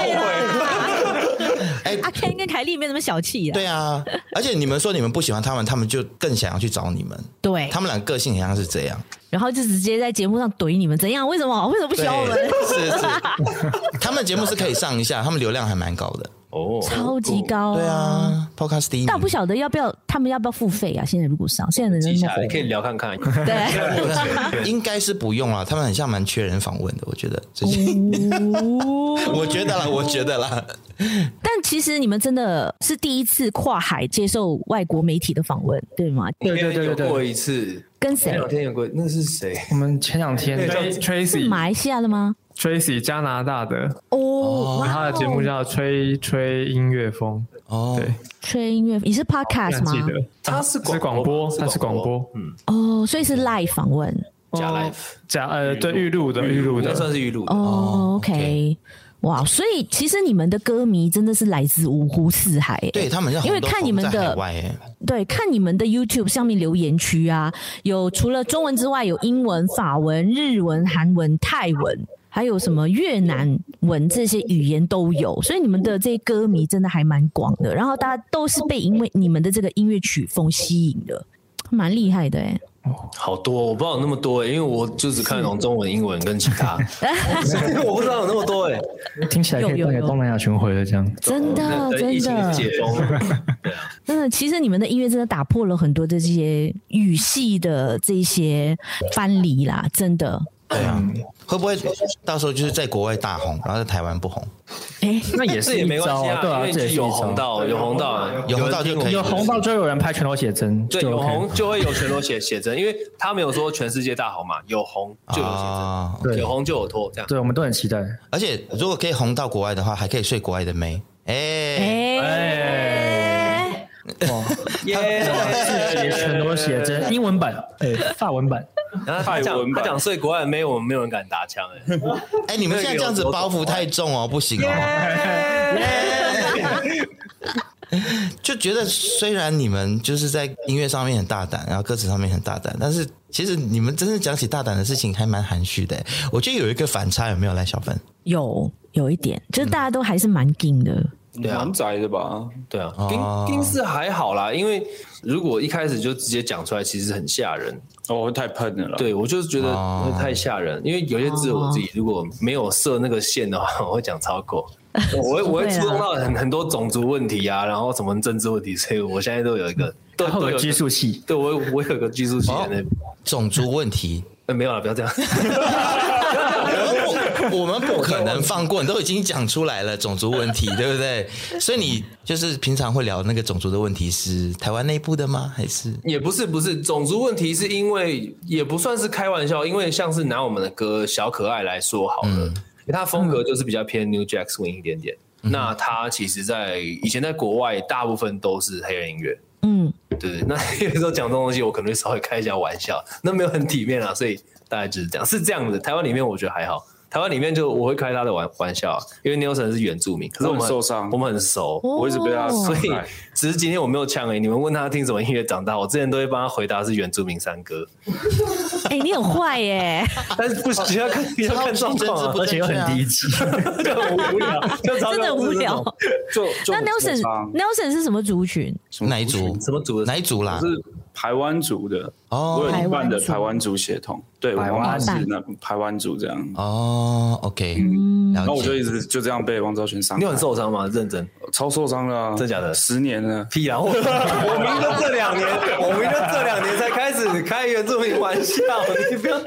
Speaker 2: 哎
Speaker 1: 啦， 阿 Ken 跟凯莉没什么小气啊。
Speaker 2: 对啊，而且你们说你们不喜欢他们，他们就更想要去找你们。
Speaker 1: 对
Speaker 2: 他，们俩个性好像是这样，
Speaker 1: 然后就直接在节目上怼你们，怎样？为什么？为什么不喜
Speaker 2: 对
Speaker 1: 欢我们？，
Speaker 2: 是是，他们节目是可以上一下，他们流量还蛮高的。
Speaker 3: 哦，
Speaker 1: 超级高、
Speaker 2: 对，啊，podcast 第一名，
Speaker 1: 但我不晓得要不要，他们要不要付费啊？现在如果上，现在
Speaker 3: 记
Speaker 1: 人
Speaker 3: 下
Speaker 1: 那么
Speaker 3: 来，你可以
Speaker 1: 火，
Speaker 3: 聊看看。
Speaker 1: 对，
Speaker 2: 应该是不用了，他们很像蛮缺人访问的，我觉得最
Speaker 1: 嗯
Speaker 2: 近， 我觉得啦，我觉得啦，
Speaker 1: 但其实你们真的是第一次跨海接受外国媒体的访问，对吗？
Speaker 5: 对对对对
Speaker 3: 有过
Speaker 5: 对，
Speaker 3: 一次，哎
Speaker 1: 跟
Speaker 3: 前
Speaker 1: 谁？
Speaker 3: 两天有过，那是谁？
Speaker 5: 我们前两天
Speaker 6: 对叫
Speaker 1: 是马
Speaker 6: Tracy
Speaker 1: 来西亚的吗？
Speaker 6: Tracy 加拿大的，
Speaker 1: 哦，哇哦
Speaker 6: 他的节目叫《吹吹音乐风
Speaker 2: 哦，
Speaker 6: 对》，
Speaker 1: 吹音乐，你是
Speaker 6: 非
Speaker 1: podcast
Speaker 6: 常记
Speaker 1: 吗？
Speaker 6: 得
Speaker 3: 他是
Speaker 6: 是广播，他是广播，
Speaker 1: 哦，所以是 live 访问。
Speaker 3: 假 live，
Speaker 6: 加呃对预录的预录
Speaker 3: 应该
Speaker 6: 的，
Speaker 3: 算是预录的。
Speaker 1: 哦，OK，哇，所以其实你们的歌迷真的是来自五湖四海耶，
Speaker 2: 对他们好像
Speaker 1: 因为
Speaker 2: 都
Speaker 1: 看
Speaker 2: 红
Speaker 1: 你们
Speaker 2: 在
Speaker 1: 的
Speaker 2: 海外欸耶，
Speaker 1: 对，看你们的 YouTube 上面留言区啊，有除了中文之外，有英文、法文、日文、韩文、泰文，还有什么越南文这些语言都有，所以你们的这些歌迷真的还蛮广的。然后大家都是被因为你们的这个音乐曲风吸引的，蛮厉害的哎、
Speaker 3: 好多，我不知道有那么多欸，因为我就只看懂中文、英文跟其 他，我不知道有那么多哎。
Speaker 5: 听起来可以
Speaker 1: 有有
Speaker 5: 办个
Speaker 1: 有
Speaker 5: 东南亚巡回的这样。
Speaker 1: 真的
Speaker 3: 那
Speaker 1: 哦真
Speaker 3: 疫情
Speaker 1: 的
Speaker 3: 解封了，
Speaker 1: 真的，其实 你们的音乐真的打破了很多的这些语系的这些藩篱啦，真的。
Speaker 2: 对啊，会不会到时候就是在国外大红，然后在台湾不红？
Speaker 1: 哎、
Speaker 5: 那也
Speaker 3: 这
Speaker 5: 是
Speaker 3: 也没
Speaker 5: 一
Speaker 3: 关
Speaker 5: 招
Speaker 3: 系
Speaker 5: 啊，对
Speaker 3: 啊，
Speaker 5: 啊，
Speaker 3: 因为
Speaker 5: 这也
Speaker 3: 就是
Speaker 5: 一
Speaker 3: 有
Speaker 5: 招
Speaker 3: 红。到，有红到，
Speaker 2: 有红到就可以
Speaker 5: 有红到就有人拍全裸写真，
Speaker 3: 对，
Speaker 5: 就
Speaker 3: 有
Speaker 5: OK
Speaker 3: 红就会有全裸写写真，因为他没有说全世界大红嘛，有红就有写
Speaker 2: 啊，
Speaker 3: 真，
Speaker 5: 对
Speaker 3: 有红就有脱这样。
Speaker 5: 对，我们都 很期待。
Speaker 2: 而且如果可以红到国外的话，还可以睡国外的妹。哎，
Speaker 1: 哎、
Speaker 3: 耶！
Speaker 5: 也全裸写真，英文 版，哎，法文版，
Speaker 3: 然后他讲他讲睡国外没有，我们没有人敢打枪哎。
Speaker 2: 哎，你们现在这样子包袱太重哦， 不行哦。就觉得虽然你们就是在音乐上面很大胆，然后歌词上面很大胆，但是其实你们真正讲起大胆的事情还蛮含蓄的。我觉得有一个反差，有没有来小芬？
Speaker 1: 有有一点，就是大家都还是蛮硬的。
Speaker 8: 蛮宅的吧？
Speaker 3: 对啊
Speaker 2: 哦，
Speaker 3: 丁丁是还好啦，因为如果一开始就直接讲出来，其实很吓人。
Speaker 8: 哦，太喷了啦。
Speaker 3: 对我就是觉得
Speaker 2: 哦
Speaker 1: 哦
Speaker 3: 会太吓人，因为有些字我自己如果没有设那个线的话，我会讲超过。我会我会
Speaker 1: 不会啦
Speaker 3: 触动到很很多种族问题啊，然后什么政治问题，所以我现在都有一个，都
Speaker 5: 然后
Speaker 3: 都
Speaker 5: 有
Speaker 3: 有
Speaker 5: 激
Speaker 3: 技术，
Speaker 5: 素器，
Speaker 3: 对我有我有个技术起来那边。
Speaker 2: 种族问题，
Speaker 3: 呃没有了，不要这样。
Speaker 2: 我们不我们不可能放过，你都已经讲出来了种族问题，对不对？所以你就是平常会聊那个种族的问题是台湾内部的吗？还是
Speaker 3: 也不是不是种族问题，是因为也不算是开玩笑，因为像是拿我们的歌《小可爱》来说好了，因为它风
Speaker 8: 嗯
Speaker 3: 格就是比较偏 New Jack Swing 一点点。那它其实在以前在国外大部分都是黑人音乐，
Speaker 1: 嗯，
Speaker 3: 对对。那 有时候讲这种东西，我可能会稍微开一下玩笑，那没有很体面啊，所以大概就是这样，是这样的。台湾里面我觉得还好。台湾里面就我会开他的玩玩笑，啊因为 Nelson 是原住民，可是我们
Speaker 8: 我很受伤
Speaker 3: 我们很熟，
Speaker 8: 我一直被他
Speaker 1: 哦
Speaker 3: 所以
Speaker 8: 哎
Speaker 3: 只是今天我没有呛哎、你们问他听什么音乐长大，我之前都会帮他回答是原住民 山歌，
Speaker 1: 哎、你很坏耶、
Speaker 3: 但是不行，要看要看状况、啊，
Speaker 5: 而且又很低级，
Speaker 3: 就很无聊，就超
Speaker 1: 真的无聊。
Speaker 8: 就就
Speaker 1: 那
Speaker 8: 很受
Speaker 1: Nelson
Speaker 8: 伤
Speaker 1: Nelson 是什么族群？
Speaker 8: 什么
Speaker 2: 哪一组？
Speaker 3: 什么组的
Speaker 2: 哪一组啦？
Speaker 8: 是台湾族的
Speaker 2: 哦
Speaker 8: 我有一半的
Speaker 1: 台
Speaker 8: 台
Speaker 1: 湾
Speaker 8: 湾族血统，对我
Speaker 5: 台
Speaker 8: 妈
Speaker 5: 湾
Speaker 8: 妈是
Speaker 1: 族
Speaker 8: 那台湾族这样，
Speaker 2: 哦，OK，然
Speaker 1: 嗯
Speaker 8: 然后我就一直就这样被王昭贤伤
Speaker 3: 你
Speaker 8: 害，
Speaker 3: 很受伤吗？认真
Speaker 8: 超受伤了啊，
Speaker 3: 真假的
Speaker 8: 十年了，
Speaker 3: 屁 啊！我我明明就这两年，我明明就这两年才开始开原住民玩笑，你 不要。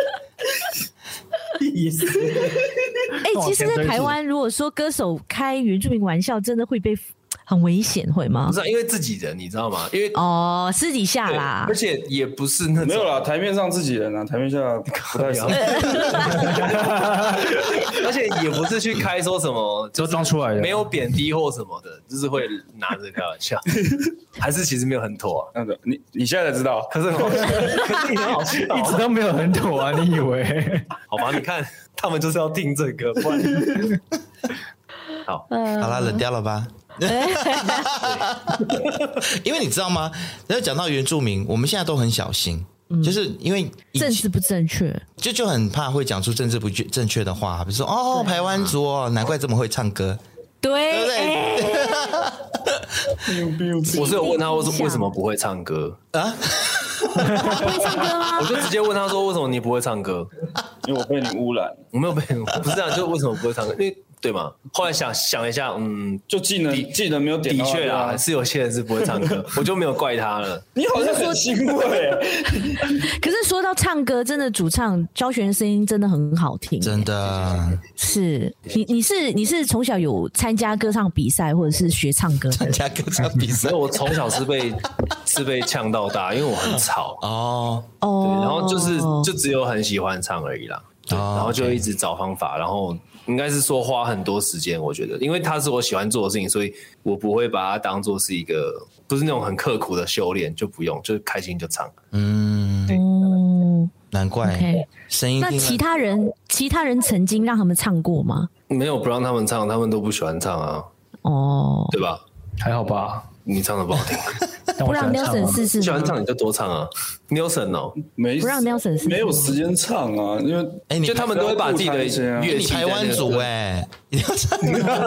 Speaker 1: 哎、其实，在台湾，如果说歌手开原住民玩笑，真的会被很危险，会吗
Speaker 3: 不？是、啊、因为自己人，你知道吗？因为、
Speaker 1: 哦，私底下
Speaker 3: 对
Speaker 1: 啦
Speaker 3: 而，且也不是那种
Speaker 8: 没有啦，台面上自己人啊，台面下不太熟，
Speaker 3: 而且也不是去开说什么， 就
Speaker 5: 都
Speaker 3: 是
Speaker 5: 装出来的，
Speaker 3: 没有贬低或什么的，就是会拿着开玩笑，还是其实没有很妥啊。
Speaker 8: 那个你你现在才知道，
Speaker 3: 可是很好笑，可是也很好笑
Speaker 5: 一直都没有很妥啊，你以 为？
Speaker 3: 好吧，你看他们就是要听这个，不然
Speaker 1: 嗯
Speaker 2: 好啦，冷掉了吧。 因为你知道吗？然后讲到原住民，我们现在都很小心，就是因为以前
Speaker 1: 嗯政治不正确。
Speaker 2: 就就很怕会讲出政治不确正确的话，比如说哦，
Speaker 1: 啊
Speaker 2: 台湾族哦，难怪这么会唱歌，对不
Speaker 1: 对，哎
Speaker 2: 对？
Speaker 3: 我是有问他，我说为什么不会唱歌
Speaker 2: 啊？
Speaker 1: 会唱歌吗
Speaker 3: 我？就直接问他说，为什么你不会唱歌？
Speaker 8: 因为我被你污染，
Speaker 3: 我没有被，不是这样，就为什么不会唱歌？因为对嘛？后来想想一下，嗯，
Speaker 8: 就技能
Speaker 3: 的
Speaker 8: 技能没有点
Speaker 3: 的
Speaker 8: 到那
Speaker 3: 确
Speaker 8: 个啊
Speaker 3: 啊，，是有些人是不会唱歌，我就没有怪他了。
Speaker 8: 你好像很欣慰，欸
Speaker 1: 可是说到唱歌，真的主唱教学的声音真的很好听。哎
Speaker 2: 真的
Speaker 1: 是你，你是你是从小有参加歌唱比赛或者是学唱歌的
Speaker 2: 参加歌唱比赛
Speaker 3: 所以我从小是被是被呛到大，因为我很吵，
Speaker 2: 哦，
Speaker 1: 哦
Speaker 3: 对，然后就是就只有很喜欢唱而已啦。对，
Speaker 2: 哦
Speaker 3: 然后就一直找方法，然后应该是说花很多时间，我觉得，因为它是我喜欢做的事情，所以我不会把它当做是一个不是那种很刻苦的修炼，就不用，就是开心就唱。
Speaker 2: 嗯，
Speaker 1: 嗯，
Speaker 2: 难怪
Speaker 1: OK
Speaker 2: 声音
Speaker 1: 那
Speaker 2: 听了
Speaker 1: 其他人其他人曾经让他们唱过吗？
Speaker 3: 没有不让他们唱，他们都不喜欢唱啊，
Speaker 1: 哦，
Speaker 3: 对吧？
Speaker 5: 还好吧，
Speaker 3: 你唱的不好听，
Speaker 5: 但
Speaker 1: 不
Speaker 5: 我喜
Speaker 1: 让
Speaker 5: 欢唱
Speaker 1: Nelson
Speaker 5: 啊。
Speaker 1: 试
Speaker 3: 你
Speaker 1: 试
Speaker 3: 喜
Speaker 1: 吗
Speaker 3: 欢？唱你就多唱啊。Nelson 哦，
Speaker 8: 没
Speaker 1: 不让 Nelson 试试
Speaker 8: 没有时间唱啊，因为
Speaker 2: 哎，你
Speaker 3: 就他们都会把自己的乐
Speaker 2: 你
Speaker 3: 器在
Speaker 2: 台
Speaker 3: 那
Speaker 2: 湾
Speaker 3: 个
Speaker 2: 族哎，你要唱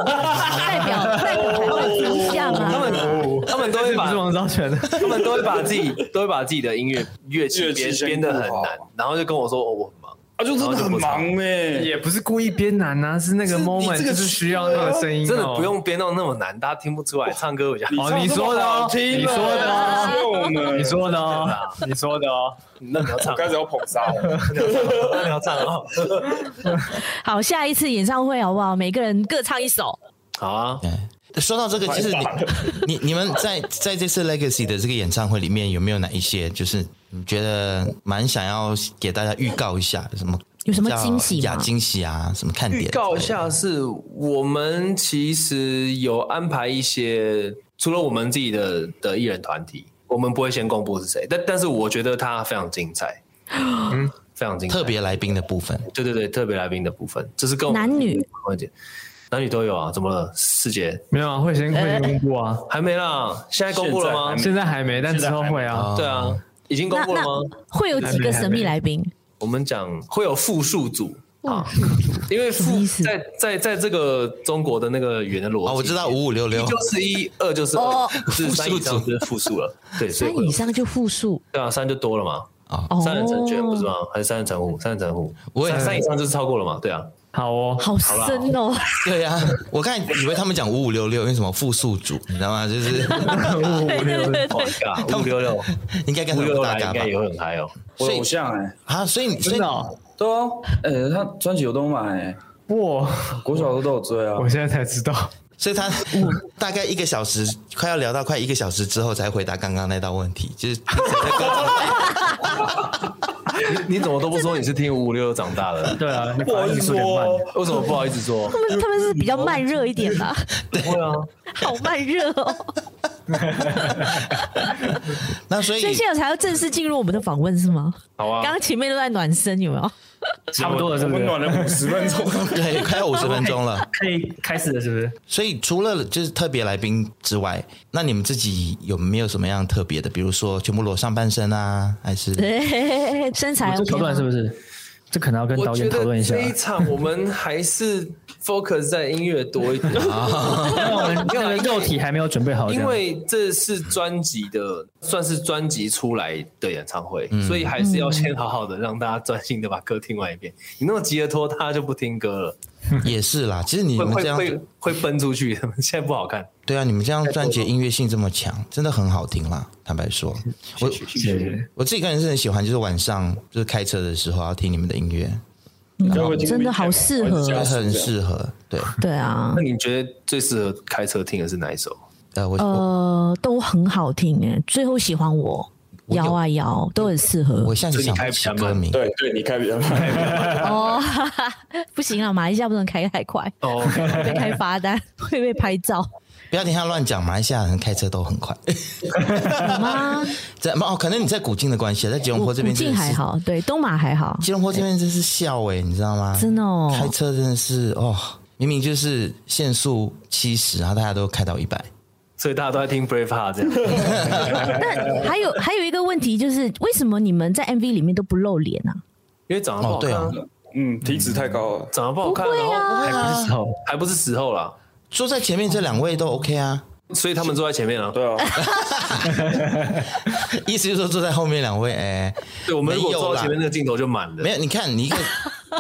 Speaker 1: 代表代表台湾形象
Speaker 3: 啊 他
Speaker 1: 啊！
Speaker 3: 们他们都会
Speaker 5: 不
Speaker 3: 把
Speaker 5: 是王昭全的，
Speaker 3: 他们都会把自己都会把自己的音乐乐器
Speaker 8: 乐器
Speaker 3: 编
Speaker 8: 先
Speaker 3: 编的很
Speaker 8: 顾好
Speaker 3: 难，然后就跟我说哦我很忙，
Speaker 8: 啊，就真的很忙哎，
Speaker 6: 也不是故意编难啊，是那个 moment 就是需要那个声音哦，
Speaker 3: 真的不用编到那么难，大家听不出来，唱歌比较好。
Speaker 6: 哦，你说的哦，你说的哦，
Speaker 8: 我 们
Speaker 6: 你说的哦，你说的哦，
Speaker 3: 那你要唱，
Speaker 8: 开始要捧杀了，
Speaker 3: 那你要唱
Speaker 6: 啊
Speaker 3: 哦。
Speaker 1: 好，下一次演唱会好不好？每个人各唱一首。
Speaker 3: 好啊，
Speaker 2: 对，哎说到这个，其实 你你你们在在这次 Legacy 的这个演唱会里面，有没有哪一些就是你觉得蛮想要给大家预告一下什么？
Speaker 1: 有什么惊喜
Speaker 2: 呀，
Speaker 1: 吗
Speaker 2: 惊喜啊，什么看点？
Speaker 3: 预告一，下是我们其实有安排一些，除了我们自己的的艺人团体，我们不会先公布是谁，但但是我觉得他非常精彩，
Speaker 6: 嗯
Speaker 3: 非常精彩，
Speaker 2: 特别来宾的部分。
Speaker 3: 对对对，特别来宾的部分，这是跟我们
Speaker 1: 男女
Speaker 3: 男女都有啊，怎么了？师姐
Speaker 6: 没有啊，会先会先公布啊，
Speaker 3: 还没啦，现在公布了吗
Speaker 8: 现？
Speaker 6: 现在还没，但之后会啊，
Speaker 2: 哦
Speaker 3: 对啊，已经公
Speaker 1: 那
Speaker 3: 布了吗？
Speaker 1: 那会有几个神秘来宾？
Speaker 3: 我们讲会有复数组啊，因为
Speaker 1: 什么意
Speaker 3: 复
Speaker 1: 思
Speaker 3: 在在在这个中国的那个语言的逻辑，
Speaker 2: 哦，我知道五五六
Speaker 3: 一
Speaker 2: 六，
Speaker 3: 就是一，二就是二
Speaker 1: 哦，
Speaker 3: 是三以上就是复数了，对，所以
Speaker 1: 三
Speaker 3: 会
Speaker 1: 以
Speaker 3: 有
Speaker 1: 上就复数
Speaker 3: 对啊，三就多了嘛，
Speaker 1: 哦。
Speaker 3: 三人成群不是吗？还是三人成虎？三人成虎
Speaker 2: 我，也
Speaker 3: 三三以上就是超过了嘛，对啊，
Speaker 6: 好哦，
Speaker 1: 好深哦、
Speaker 2: 对啊，我刚才以为他们讲五五六六，因为什么复数组，你知道吗？就是
Speaker 6: 五五 六六，
Speaker 3: Oh my god，五六六，
Speaker 2: 应该跟
Speaker 3: 五
Speaker 2: 他们
Speaker 3: 六六
Speaker 2: 不大
Speaker 3: 来应
Speaker 2: 嘎吧
Speaker 3: 该？也会很嗨哦。
Speaker 8: 我
Speaker 2: 所以
Speaker 8: 偶像哎，
Speaker 2: 啊，所以你所以
Speaker 6: 真的哦
Speaker 8: 对啊，呃，他专辑我都买，欸
Speaker 6: 哇！
Speaker 8: 国小都都有追啊。
Speaker 6: 我现在才知道，
Speaker 2: 所以他大概一个小时，快要聊到快一个小时之后才回答刚刚那道问题，就是 谁在歌中
Speaker 3: 你 怎么都不说你是听五五六六长大的？
Speaker 5: 对 啊，你反应速点慢。
Speaker 3: 为什么不好意思说？
Speaker 1: 他们他们是比较慢热一点 啦，
Speaker 3: 不会啊，
Speaker 1: 好慢热哦，
Speaker 2: 那所以
Speaker 1: 所以现在才要正式进入我们的访问是吗？
Speaker 3: 好
Speaker 1: 刚
Speaker 3: 啊，
Speaker 1: 刚前面都在暖身，有没有？
Speaker 5: 差不多了，是不
Speaker 8: 温
Speaker 5: 是？
Speaker 8: 暖了五十 分钟，
Speaker 2: 对，快要五十分钟了。
Speaker 5: 可以开始了，是不是？
Speaker 2: 所以除了就是特别来宾之外，那你们自己有没有什么样特别的？比如说全部裸上半身啊，还是
Speaker 1: 对， 身材
Speaker 5: 我这
Speaker 1: OK
Speaker 5: 桥段是
Speaker 1: 吗？
Speaker 5: 不是？这可能要跟
Speaker 3: 我
Speaker 5: 导
Speaker 3: 觉
Speaker 5: 演讨论
Speaker 3: 得
Speaker 5: 一下
Speaker 3: 这。一场我们还是 focus 在音乐多一点，
Speaker 5: 因为我们那个肉体还没有准备好，这
Speaker 3: 因
Speaker 5: 样
Speaker 3: 为这是专辑的，算是专辑出来的演唱会，所以还是要先好好的让大家专心的把歌听完一遍。你那么急着拖，大家就不听歌了，
Speaker 2: 也是啦。其实你
Speaker 3: 会
Speaker 2: 们这
Speaker 3: 会
Speaker 2: 样，
Speaker 3: 会会奔出去， 现在不好看。
Speaker 2: 对啊，你们这样专辑的音乐性这么强，真的很好听啦。坦白说，我
Speaker 5: 是
Speaker 2: 我自己个人是很喜欢，就是晚上就是开车的时候要听你们的音乐，
Speaker 1: 真的好适合
Speaker 2: 真的很适合。对，
Speaker 1: 对啊
Speaker 3: 那，你觉得最适合开车听的是哪一首？
Speaker 2: 呃，我、我
Speaker 1: 呃，都很好听诶，最后喜欢我。
Speaker 2: 我有
Speaker 1: 摇啊摇，都很适合
Speaker 2: 我一下子想
Speaker 3: 所
Speaker 2: 不
Speaker 3: 以你
Speaker 2: 起
Speaker 3: 开比较
Speaker 2: 歌
Speaker 3: 慢
Speaker 2: 名，
Speaker 8: 对对，你开比较慢，
Speaker 1: 哦， 哈哈不行啊，马来西亚不能开太快，
Speaker 3: 哦，
Speaker 1: 会被开罚单， 会被拍照。
Speaker 2: 不要听他乱讲。马来西亚人开车都很快，
Speaker 1: 有吗？
Speaker 2: 在哦，可能你在古晋的关系，在吉隆坡这边
Speaker 1: 古
Speaker 2: 真
Speaker 1: 晋
Speaker 2: 的
Speaker 1: 还
Speaker 2: 是，
Speaker 1: 好，对，东马还好，
Speaker 2: 吉隆坡这边真是笑哎、你知道吗？
Speaker 1: 真的哦。
Speaker 2: 开车真的是哦，明明就是限速七十，然后大家都开到一百。
Speaker 3: 所以大家都在听 Brave Heart 这样。
Speaker 1: 那还有还有一个问题就是，为什么你们在 MV 里面都不露脸啊？
Speaker 3: 因为长得不好看、
Speaker 2: 哦对
Speaker 8: 嗯，体脂太高了，
Speaker 3: 长得不好看，
Speaker 1: 不会
Speaker 3: 然
Speaker 1: 啊
Speaker 3: 后还不是
Speaker 5: 时候
Speaker 3: 还不是时候啦，
Speaker 2: 坐在前面这两位都 OK 啊，
Speaker 3: 所以他们坐在前面啊。
Speaker 8: 对啊，
Speaker 2: 意思就是说坐在后面两位，哎、
Speaker 3: 对，我们如果
Speaker 2: 没有啦
Speaker 3: 坐到前面那个镜头就满了
Speaker 2: 没。有，你看你一个，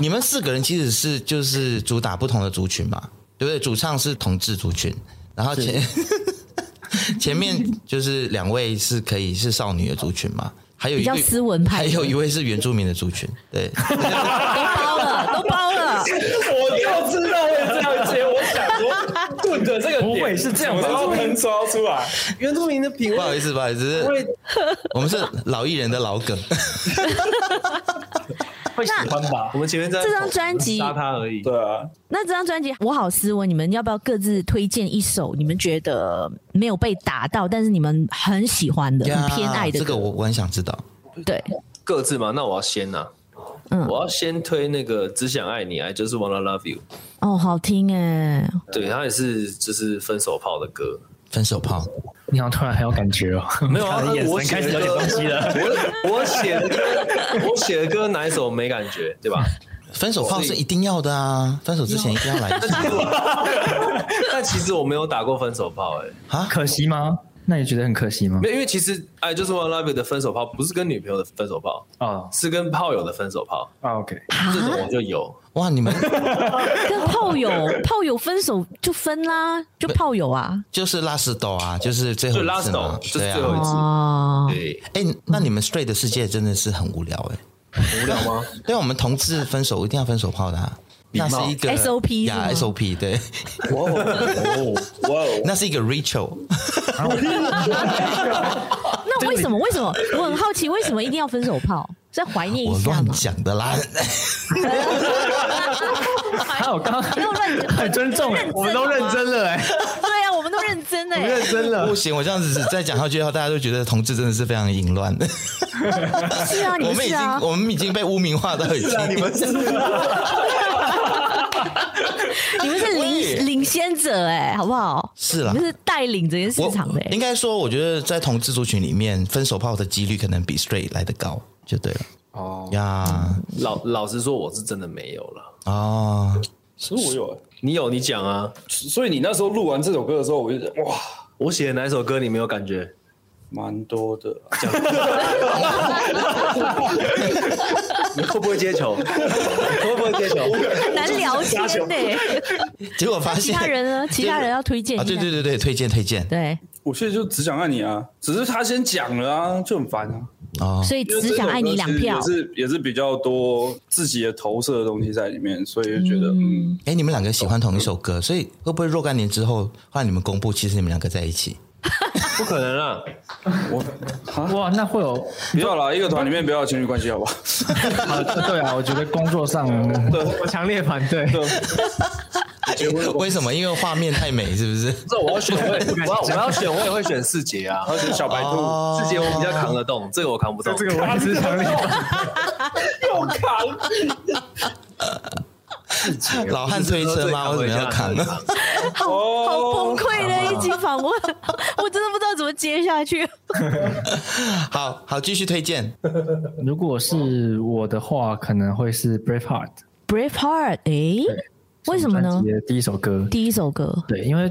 Speaker 2: 你们四个人其实是就是主打不同的族群嘛，对不对？主唱是同志族群，然后前 前面就是两位是可以是少女的族群嘛，还有一
Speaker 1: 比较
Speaker 2: 对
Speaker 1: 斯文派
Speaker 2: 还有一位是原住民的族群，对。
Speaker 1: 都包了，都包了。
Speaker 8: 我就知道会这样接，我想说
Speaker 3: 对对，这个
Speaker 5: 不会是这样吧？
Speaker 8: 喷烧出来，
Speaker 3: 原住民的品
Speaker 2: 不好意思，不好意 思，我们是老艺人的老梗。
Speaker 5: 会喜欢吧？
Speaker 3: 我们前面在
Speaker 1: 这张专辑
Speaker 3: 杀他而已。
Speaker 8: 对啊，
Speaker 1: 那这张专辑《我好斯文》，你们要不要各自推荐一首你们觉得没有被打到，但是你们很喜欢的、
Speaker 2: 呀
Speaker 1: 很偏爱的
Speaker 2: 这
Speaker 1: 歌？
Speaker 2: 个我我很想知道。
Speaker 1: 对，
Speaker 3: 各自嘛，那我要先呐、
Speaker 1: 嗯
Speaker 3: 我要先推那个《只想爱你》，I just wanna love you。
Speaker 1: 哦，好听哎，
Speaker 3: 对，它也是就是分手炮的歌。
Speaker 2: 分手炮，
Speaker 5: 你好像突然很有感觉哦，
Speaker 3: 没有啊，
Speaker 5: 眼神
Speaker 3: 我写
Speaker 5: 开始
Speaker 3: 的
Speaker 5: 有点
Speaker 3: 歌
Speaker 5: 东西了。
Speaker 3: 我我写的歌，我写的歌哪一首没感觉，对吧？
Speaker 2: 分手炮是一定要的啊！分手之前一定要来一下
Speaker 3: 但其实我没有打过分手炮、哎，
Speaker 2: 啊！
Speaker 5: 可惜吗？那你觉得很可惜吗
Speaker 3: 没？有，因为其实哎，就是 One Love You 的分手炮不是跟女朋友的分手炮，
Speaker 5: 哦
Speaker 3: 是跟炮友的分手炮，
Speaker 5: 啊，OK，
Speaker 3: 这种我就有。
Speaker 2: 哇，你们
Speaker 1: 跟炮 友炮友分手就分啦，就炮友啊。
Speaker 2: 就是拉屎斗啊，就是最
Speaker 5: 哦
Speaker 2: 后一次嘛，
Speaker 3: 就 last 斗
Speaker 2: 对
Speaker 3: 就是最后一
Speaker 2: 啊
Speaker 3: 次。
Speaker 1: 哦，
Speaker 3: 对，
Speaker 2: 哎，那你们 straight 的世界真的是很无聊哎。
Speaker 3: 无聊吗？
Speaker 2: 对啊，我们同志分手一定要分手炮的啊，那是一个
Speaker 1: SOP
Speaker 2: 呀
Speaker 1: 是吗
Speaker 2: ，SOP 对，
Speaker 8: 哇哦哇哦，
Speaker 2: 那是一个 ritual。
Speaker 1: 那为什么？为什么？我很好奇，为什么一定要分手炮？是在怀念一
Speaker 2: 我
Speaker 1: 下
Speaker 2: 乱
Speaker 1: 吗？
Speaker 2: 讲的啦，
Speaker 5: 还有刚
Speaker 1: 没有乱
Speaker 6: 哎
Speaker 1: 讲，
Speaker 5: 很尊重，
Speaker 1: 我们都认真
Speaker 4: 真的哎，
Speaker 1: 对啊，我们都认真哎、
Speaker 4: 认真了
Speaker 2: 不。行，我这样子再讲下去的话，大家都觉得同志真的是非常淫乱
Speaker 1: 啊
Speaker 2: 的。
Speaker 1: 是啊，你
Speaker 2: 我
Speaker 1: 们
Speaker 2: 们
Speaker 1: 是
Speaker 2: 已经
Speaker 1: 啊，
Speaker 2: 我们已经被污名化到已经，你们
Speaker 1: 你们是领领先者哎、好不好？
Speaker 2: 是啦
Speaker 1: 你们是带领整个市
Speaker 2: 我
Speaker 1: 场的、哎
Speaker 2: 应该说，我觉得在同志族群里面，分手炮的几率可能比 straight 来的高，就对了。哦呀，
Speaker 3: 老老实说，我是真的没有了。
Speaker 2: 哦，
Speaker 8: 其实我有，
Speaker 3: 你有，你讲啊。
Speaker 8: 所以你那时候录完这首歌的时候，我就觉得哇，
Speaker 3: 我写的哪一首歌你没有感觉？
Speaker 8: 蛮多的啊、
Speaker 3: 你会不会接 球？会不会接球？
Speaker 1: 很难聊天呢、
Speaker 2: 结果发现
Speaker 1: 其他人呢？其他人要推荐一
Speaker 2: 啊，
Speaker 1: 下。
Speaker 2: 对对对对，推荐推荐
Speaker 1: 对
Speaker 8: 我现在就只想爱你啊，只是他先讲了啊，就很烦啊。
Speaker 2: 哦，
Speaker 1: 所以只想爱你两票
Speaker 8: 也。是也是比较多自己的投射的东西在里面，所以就觉得嗯，
Speaker 2: 哎，你们两个喜欢同一首歌，所以会不会若干年之后，后来你们公布，其实你们两个在一起？
Speaker 3: 不可能啊！
Speaker 5: 哇，那会有
Speaker 8: 不要啦，一个团里面不要有情侣关系，好 不好？
Speaker 5: 啊对啊，我觉得工作 上
Speaker 4: 我强烈反对。
Speaker 2: 为什么？因为画面太美，是不是？
Speaker 3: 这我要选，我也我要我要选，我也会选四杰啊。哦
Speaker 8: 而且小白兔，
Speaker 3: 四杰我比较扛得动，这个我扛不动。
Speaker 4: 这个我也是强 烈
Speaker 6: 哦
Speaker 4: 反
Speaker 3: 啊
Speaker 2: 老汉推车吗？为什么要扛？
Speaker 1: 好
Speaker 8: 哦
Speaker 1: 好崩溃的一集访问，我真的不知道怎么接下去。
Speaker 2: 好好，继续推 荐。
Speaker 5: 如果是我的话，可能会是 Braveheart。
Speaker 1: Braveheart，诶， 为什么呢
Speaker 5: 专？辑的第一首歌，
Speaker 1: 第一首歌，
Speaker 5: 对，因为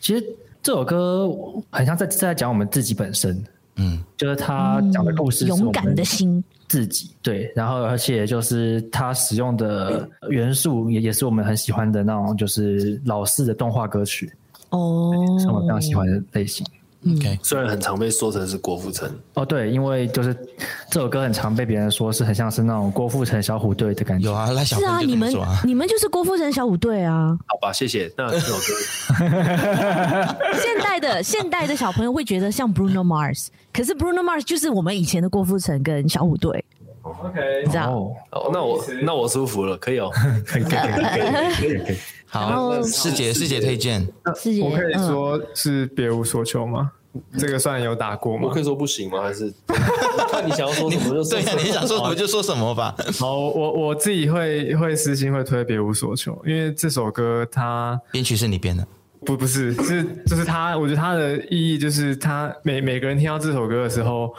Speaker 5: 其实这首歌很像在在讲我们自己本身，
Speaker 2: 嗯，
Speaker 5: 就是他讲的故事是我们
Speaker 1: 勇敢的心，
Speaker 5: 自己，对，然后而且就是他使用的元素也也是我们很喜欢的那种，就是老式的动画歌曲，
Speaker 1: 哦，
Speaker 5: 是我们非常喜欢的类型。
Speaker 2: OK，
Speaker 3: 虽然很常被说成是郭富城，
Speaker 5: 哦，对，因为就是这首歌很常被别人说是很像是那种郭富城小虎队的感觉
Speaker 2: 有，啊，赖小
Speaker 1: 是
Speaker 2: 鹏
Speaker 1: 啊，
Speaker 2: 就
Speaker 1: 你
Speaker 2: 这么
Speaker 1: 们
Speaker 2: 说啊。
Speaker 1: 你们就是郭富城小虎队啊。
Speaker 3: 好吧，谢谢。那这首歌，
Speaker 1: 现代的现代的小朋友会觉得像 Bruno Mars，可是 Bruno Mars 就是我们以前的郭富城跟小虎队，
Speaker 6: OK，
Speaker 1: 你知道？
Speaker 5: 哦，
Speaker 3: 哦那我那我舒服了，可以哦。
Speaker 1: 然后
Speaker 2: 好，师姐师姐推 荐，
Speaker 1: 师姐，
Speaker 6: 我可以
Speaker 1: 嗯
Speaker 6: 说是别无所求吗？这个算有打过吗
Speaker 3: 我可？以说不行吗？还是 看你想要说什么就说
Speaker 2: 对呀
Speaker 3: 什，么
Speaker 2: 你想说什么就说什么吧。
Speaker 6: 好，我我自己会会私心会推别无所求，因为这首歌它
Speaker 2: 编曲是你编的，
Speaker 6: 不不是，是就是他，我觉得他的意义就是他每每个人听到这首歌的时候，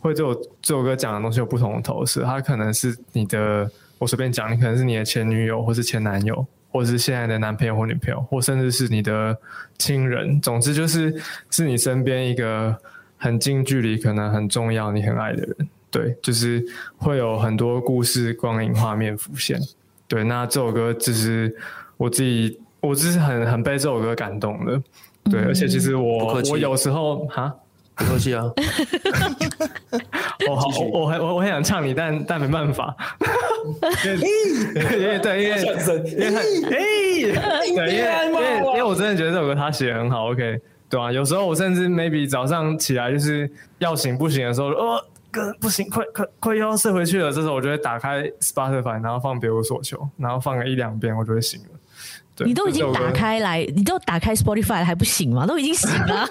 Speaker 6: 会对我这首歌讲的东西有不同的投射。他可能是你的，我随便讲，你可能是你的前女友，或是前男友，或是现在的男朋友或女朋友，或甚至是你的亲人。总之就是是你身边一个很近距离，可能很重要、你很爱的人。对，就是会有很多故事光影画面浮现。对，那这首歌就是我自己，我就是很很被这首歌感动的。对，而且其实
Speaker 3: 不
Speaker 6: 我
Speaker 3: 客气
Speaker 6: 我有时候哈，
Speaker 3: 不客气啊。
Speaker 6: 我 好我我很我我很想唱你，但但没办法，因 为因为对，因为因为他哎，对，因为因为因为我真的觉得这首歌他写得很好，OK，对啊，有时候我甚至 maybe 早上起来就是要醒不醒的时候，哦，哥不行，快快快又要睡回去了，这时候我就会打开 Spotify，然后放《别无所求》，然后放个一两遍，我就会醒了。对
Speaker 1: 你都已
Speaker 6: 这
Speaker 1: 经
Speaker 6: 首歌
Speaker 1: 打开来，你都打开 Spotify 了还不醒吗？都已经醒 了，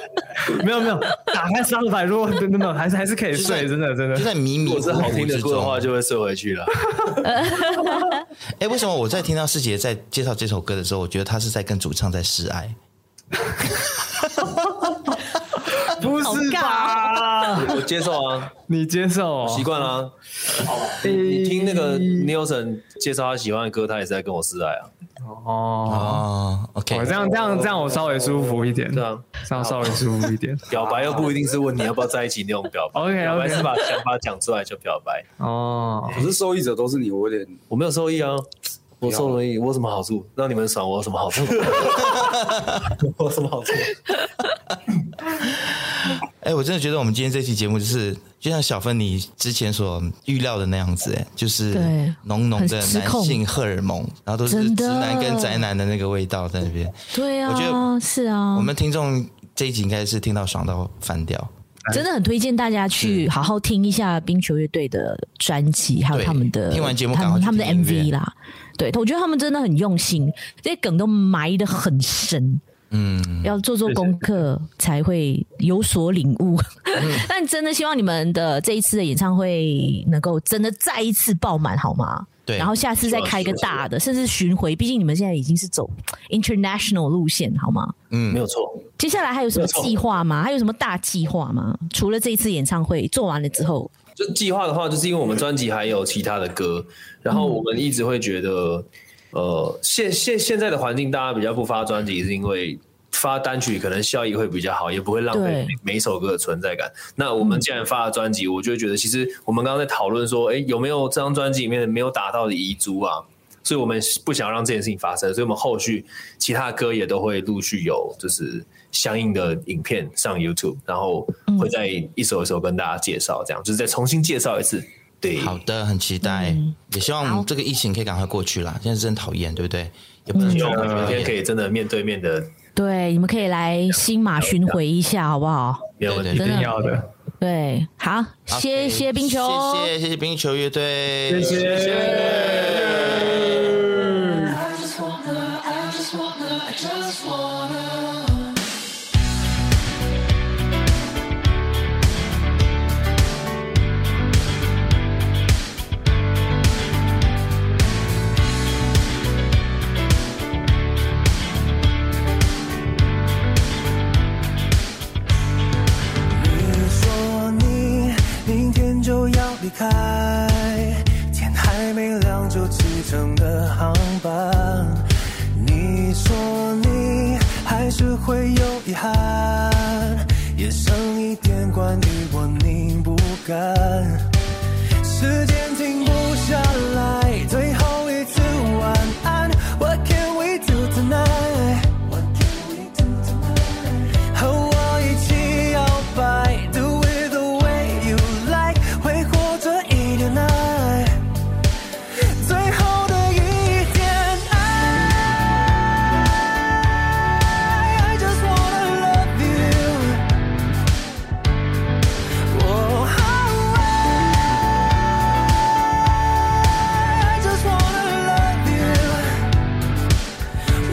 Speaker 6: 没有没有，打开 Spotify，如果真的没有还是还是可以睡，真的真的
Speaker 2: 就。在迷迷
Speaker 3: 如
Speaker 2: 糊
Speaker 3: 果是好
Speaker 2: 糊
Speaker 3: 听的
Speaker 2: 之
Speaker 3: 歌的话，
Speaker 2: 中。
Speaker 3: 就会睡回去了。
Speaker 2: 哎，为什么我在听到师姐在介绍这首歌的时候，我觉得她是在跟主唱在示爱？
Speaker 6: 不
Speaker 1: 好
Speaker 6: 是
Speaker 1: 尬哦
Speaker 6: 吧？
Speaker 3: 我接受 啊，
Speaker 6: 你接受哦？
Speaker 3: 习惯啦、啊。你你听那个 Nielsen 介绍他喜欢的歌，他也是在跟我示爱啊。
Speaker 6: 哦。
Speaker 2: 哦，OK，
Speaker 6: 我这样这样这样，我稍微舒服一点，
Speaker 3: 对啊，
Speaker 6: 这样稍微舒服一点。
Speaker 3: 表白又不一定是问你要不要在一起那种表白
Speaker 6: OK，OK
Speaker 3: 表白是把想法讲出来就表白。
Speaker 6: 哦，
Speaker 8: 可是受益者都是你，我有点
Speaker 3: 我没有受益啊，我受了益，我有什么好处？让你们爽，我有什么好 处？我有什么好处？
Speaker 2: 哎，我真的觉得我们今天这期节目就是，就像小芬你之前所预料的那样子，哎，就是
Speaker 1: 对
Speaker 2: 浓浓的
Speaker 1: 很失
Speaker 2: 男
Speaker 1: 控
Speaker 2: 性荷尔蒙，然后都是
Speaker 1: 真
Speaker 2: 直
Speaker 1: 的
Speaker 2: 男跟宅男的那个味道在那边。
Speaker 1: 对
Speaker 2: 我觉
Speaker 1: 啊，
Speaker 2: 得
Speaker 1: 是啊，
Speaker 2: 我们听众这一集应该是听到爽到翻掉。
Speaker 1: 真的很推荐大家去好好听一下冰球乐队的专辑，还有
Speaker 2: 对
Speaker 1: 他们的
Speaker 2: 听完节目
Speaker 1: 他
Speaker 2: 赶快
Speaker 1: 们
Speaker 2: 去
Speaker 1: 他们的
Speaker 2: 听音乐
Speaker 1: MV 啦。对，我觉得他们真的很用心，这些梗都埋得很深，
Speaker 2: 嗯，
Speaker 1: 要做做功课才会有所领悟。
Speaker 2: 嗯
Speaker 1: 但真的希望你们的这一次的演唱会能够真的再一次爆满，好吗？
Speaker 2: 对
Speaker 1: 然后下次再开一个大的，甚至巡回，毕竟你们现在已经是走 international 路线，好吗？
Speaker 3: 没有错，
Speaker 1: 接下来还有什么计划吗？还有什么大计划吗？除了这一次演唱会做完了之后，
Speaker 3: 就计划的话，就是因为我们专辑还有其他的歌，然后我们一直会觉得，呃，现现现在的环境，大家比较不发专辑，是因为发单曲可能效益会比较好，也不会浪费
Speaker 1: 对
Speaker 3: 每一首歌的存在感。那我们既然发了专辑，我就会觉得，其实我们刚刚在讨论说，哎、有没有这张专辑里面没有打到的遗珠啊？所以我们不想让这件事情发生，所以我们后续其他歌也都会陆续有，就是相应的影片上 YouTube，然后会再一首一首跟大家介绍，这样就是再重新介绍一次。对，
Speaker 2: 嗯好的，很期待，
Speaker 1: 嗯
Speaker 2: 也希望这个疫情可以赶快过去啦。现在真讨厌，对不对？
Speaker 1: 嗯
Speaker 2: 也不能
Speaker 3: 希
Speaker 2: 说
Speaker 3: 望我们明
Speaker 2: 讨
Speaker 3: 天可
Speaker 2: 厌。
Speaker 3: 以真的面对面的，
Speaker 1: 对，你们可以来新马巡回一下，好不好？
Speaker 3: 没有问
Speaker 2: 对
Speaker 3: 题
Speaker 1: 真
Speaker 2: 对。
Speaker 6: 一定
Speaker 1: 的，
Speaker 6: 要的。
Speaker 1: 对，好，谢
Speaker 2: OK，
Speaker 1: 谢冰球，
Speaker 2: 谢谢谢谢冰球乐队，谢谢。
Speaker 7: I just wanna, I just wanna, I just wanna.你说你明天就要离开，天还没亮就启程的航班。你说你还是会有遗憾，也剩一点关于我拧不干。时间停不下来，最后一次晚安。What can we do tonight? What can we do tonight? 和我一起摇摆，Do it the way you like，挥霍这一点爱，最后的一点爱。I just wanna love you，我好爱。I just wanna love you.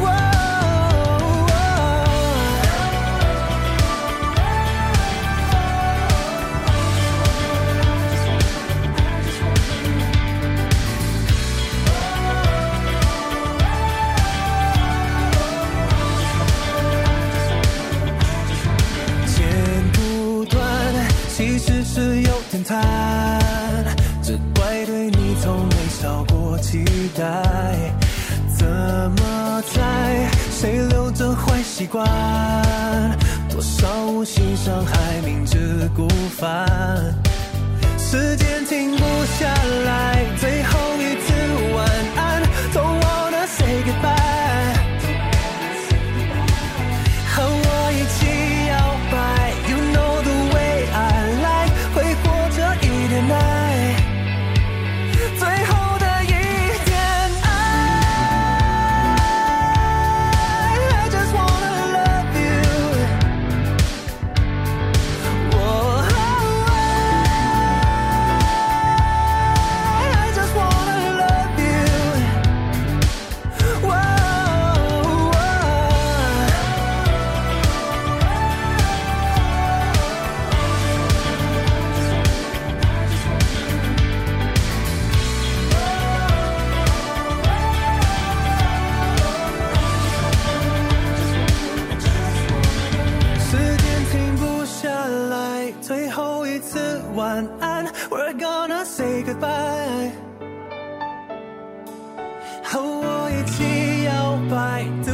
Speaker 7: Whoa, whoa. 剪不断，其实是有点贪，只怪对你从没少过期待。怎么猜？谁留着坏习惯？多少无心伤害，明知故犯。时间停不下来，最后一次晚安，Don't wanna say goodbye。和我一起摇摆，You know the way I like，挥霍这一点爱，最后的一点爱，I just wanna love you，我好爱，I just wanna love you，哇。时间停不下来，最后一次晚安，We're gonna say goodbye。和我一起摇摆，Do Oh, Oh,